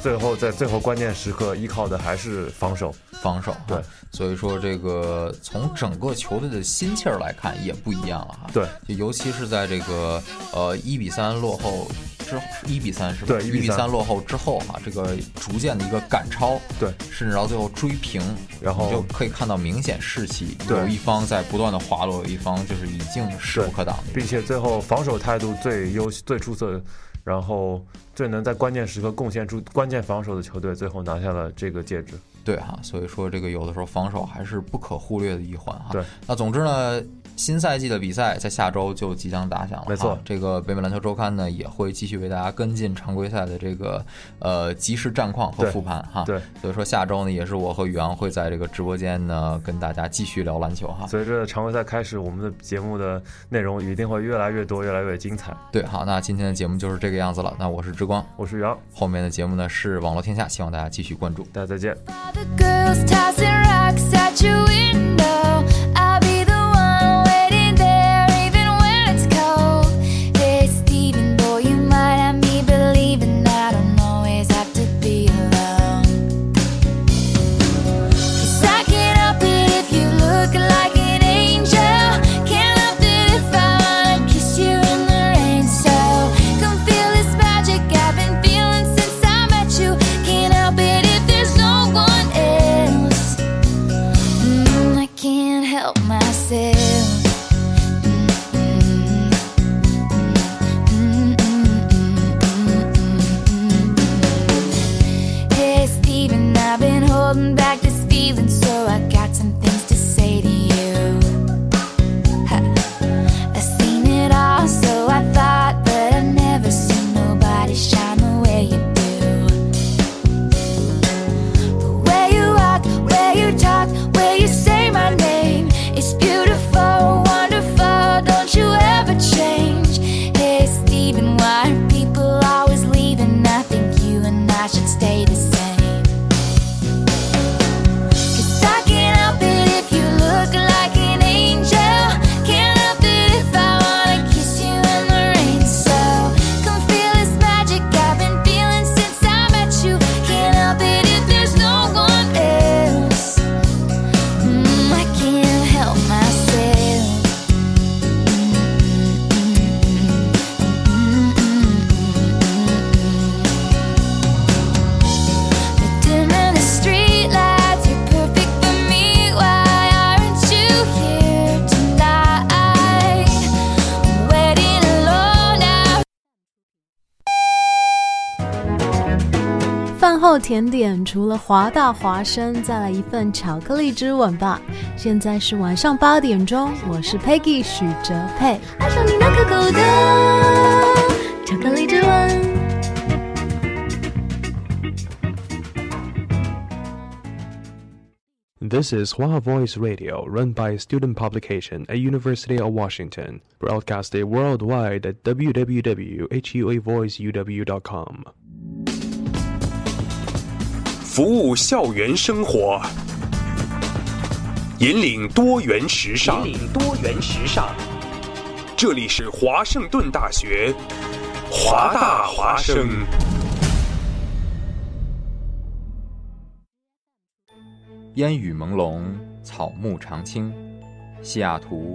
[SPEAKER 2] 最后在最后关键时刻依靠的还是防守。
[SPEAKER 1] 防守哈，
[SPEAKER 2] 对
[SPEAKER 1] 所以说这个从整个球队的心气儿来看也不一样了哈。
[SPEAKER 2] 对，
[SPEAKER 1] 就尤其是在这个呃一比三落后之一比三是吧？
[SPEAKER 2] 对
[SPEAKER 1] 一
[SPEAKER 2] 1
[SPEAKER 1] 比
[SPEAKER 2] 比
[SPEAKER 1] 三
[SPEAKER 2] 3
[SPEAKER 1] 落后之后哈，这个逐渐的一个赶超，
[SPEAKER 2] 对
[SPEAKER 1] 甚至到最后追平，
[SPEAKER 2] 然后
[SPEAKER 1] 你就可以看到明显士气，
[SPEAKER 2] 对
[SPEAKER 1] 有一方在不断的滑落，有一方就是已经势不可挡的一个。
[SPEAKER 2] 并且最后防守态度最优秀、最出色，然后最能在关键时刻贡献出关键防守的球队，最后拿下了这个戒指。
[SPEAKER 1] 对哈、所以说这个有的时候防守还是不可忽略的一环哈、
[SPEAKER 2] 对，
[SPEAKER 1] 那总之呢，新赛季的比赛在下周就即将打响了、
[SPEAKER 2] 没错
[SPEAKER 1] 这个北美篮球周刊呢也会继续为大家跟进常规赛的这个呃即时战况和
[SPEAKER 2] 对
[SPEAKER 1] 复盘哈、
[SPEAKER 2] 对，
[SPEAKER 1] 所以说下周呢也是我和宇昂会在这个直播间呢跟大家继续聊篮球哈、
[SPEAKER 2] 随着常规赛开始，我们的节目的内容一定会越来越多、越来越精彩。
[SPEAKER 1] 对，好，那今天的节目就是这个样子了。那我是之光，
[SPEAKER 2] 我是杨，
[SPEAKER 1] 后面的节目呢是网络天下，希望大家继续关注。
[SPEAKER 2] 大家再见。
[SPEAKER 9] The girls tossing rocks at your window. I'll be the one waiting there even when it's cold. Hey Steven, boy, you might have me believing I don't always have to be alone. Cause I can't help it if you look like an angel. Can't help it if I wanna kiss you in the rain. So come feel this magic I've been feeling since I met you. Can't help it if there's no one else. Mm, I can't help myself. Mm-mm. Mm-mm-mm-mm-mm-mm-mm. Hey, Steven, I've been holding back this feeling, so I got some things to say to you. I've seen it all, so I thought, but I've never seen nobody shine the way you do. The way you walk, where you talk, where you say my name, it's beautiful, wonderful. Don't you ever change? Hey, Steven, why are people always leaving? I think you and I should stay the same. Cause I can't help it if you look like an angel. Can't help it if I wanna kiss you in the rain. So come feel this magic I've been feeling since I met you. Can't help it if there's no one else. Mm, I can't help myself. Mm, Dim in the streetlights, you're perfect for me. Why aren't you here tonight? I'm waiting alone now.
[SPEAKER 10] 饭后甜点除了华大华生，再来一份巧克力之吻吧。现在是晚上八点钟，我是 Peggy 许哲佩。
[SPEAKER 9] 爱上你那可口的巧克力之吻。
[SPEAKER 11] This is Hua Voice Radio, run by a student publication at University of Washington, broadcasted worldwide at E www.huavoiceuw.com.
[SPEAKER 12] 服务校园生活，引领多元时尚。引领多元时尚。这里是华盛顿大学，华大华生。
[SPEAKER 13] 烟雨朦胧，草木常青，西雅图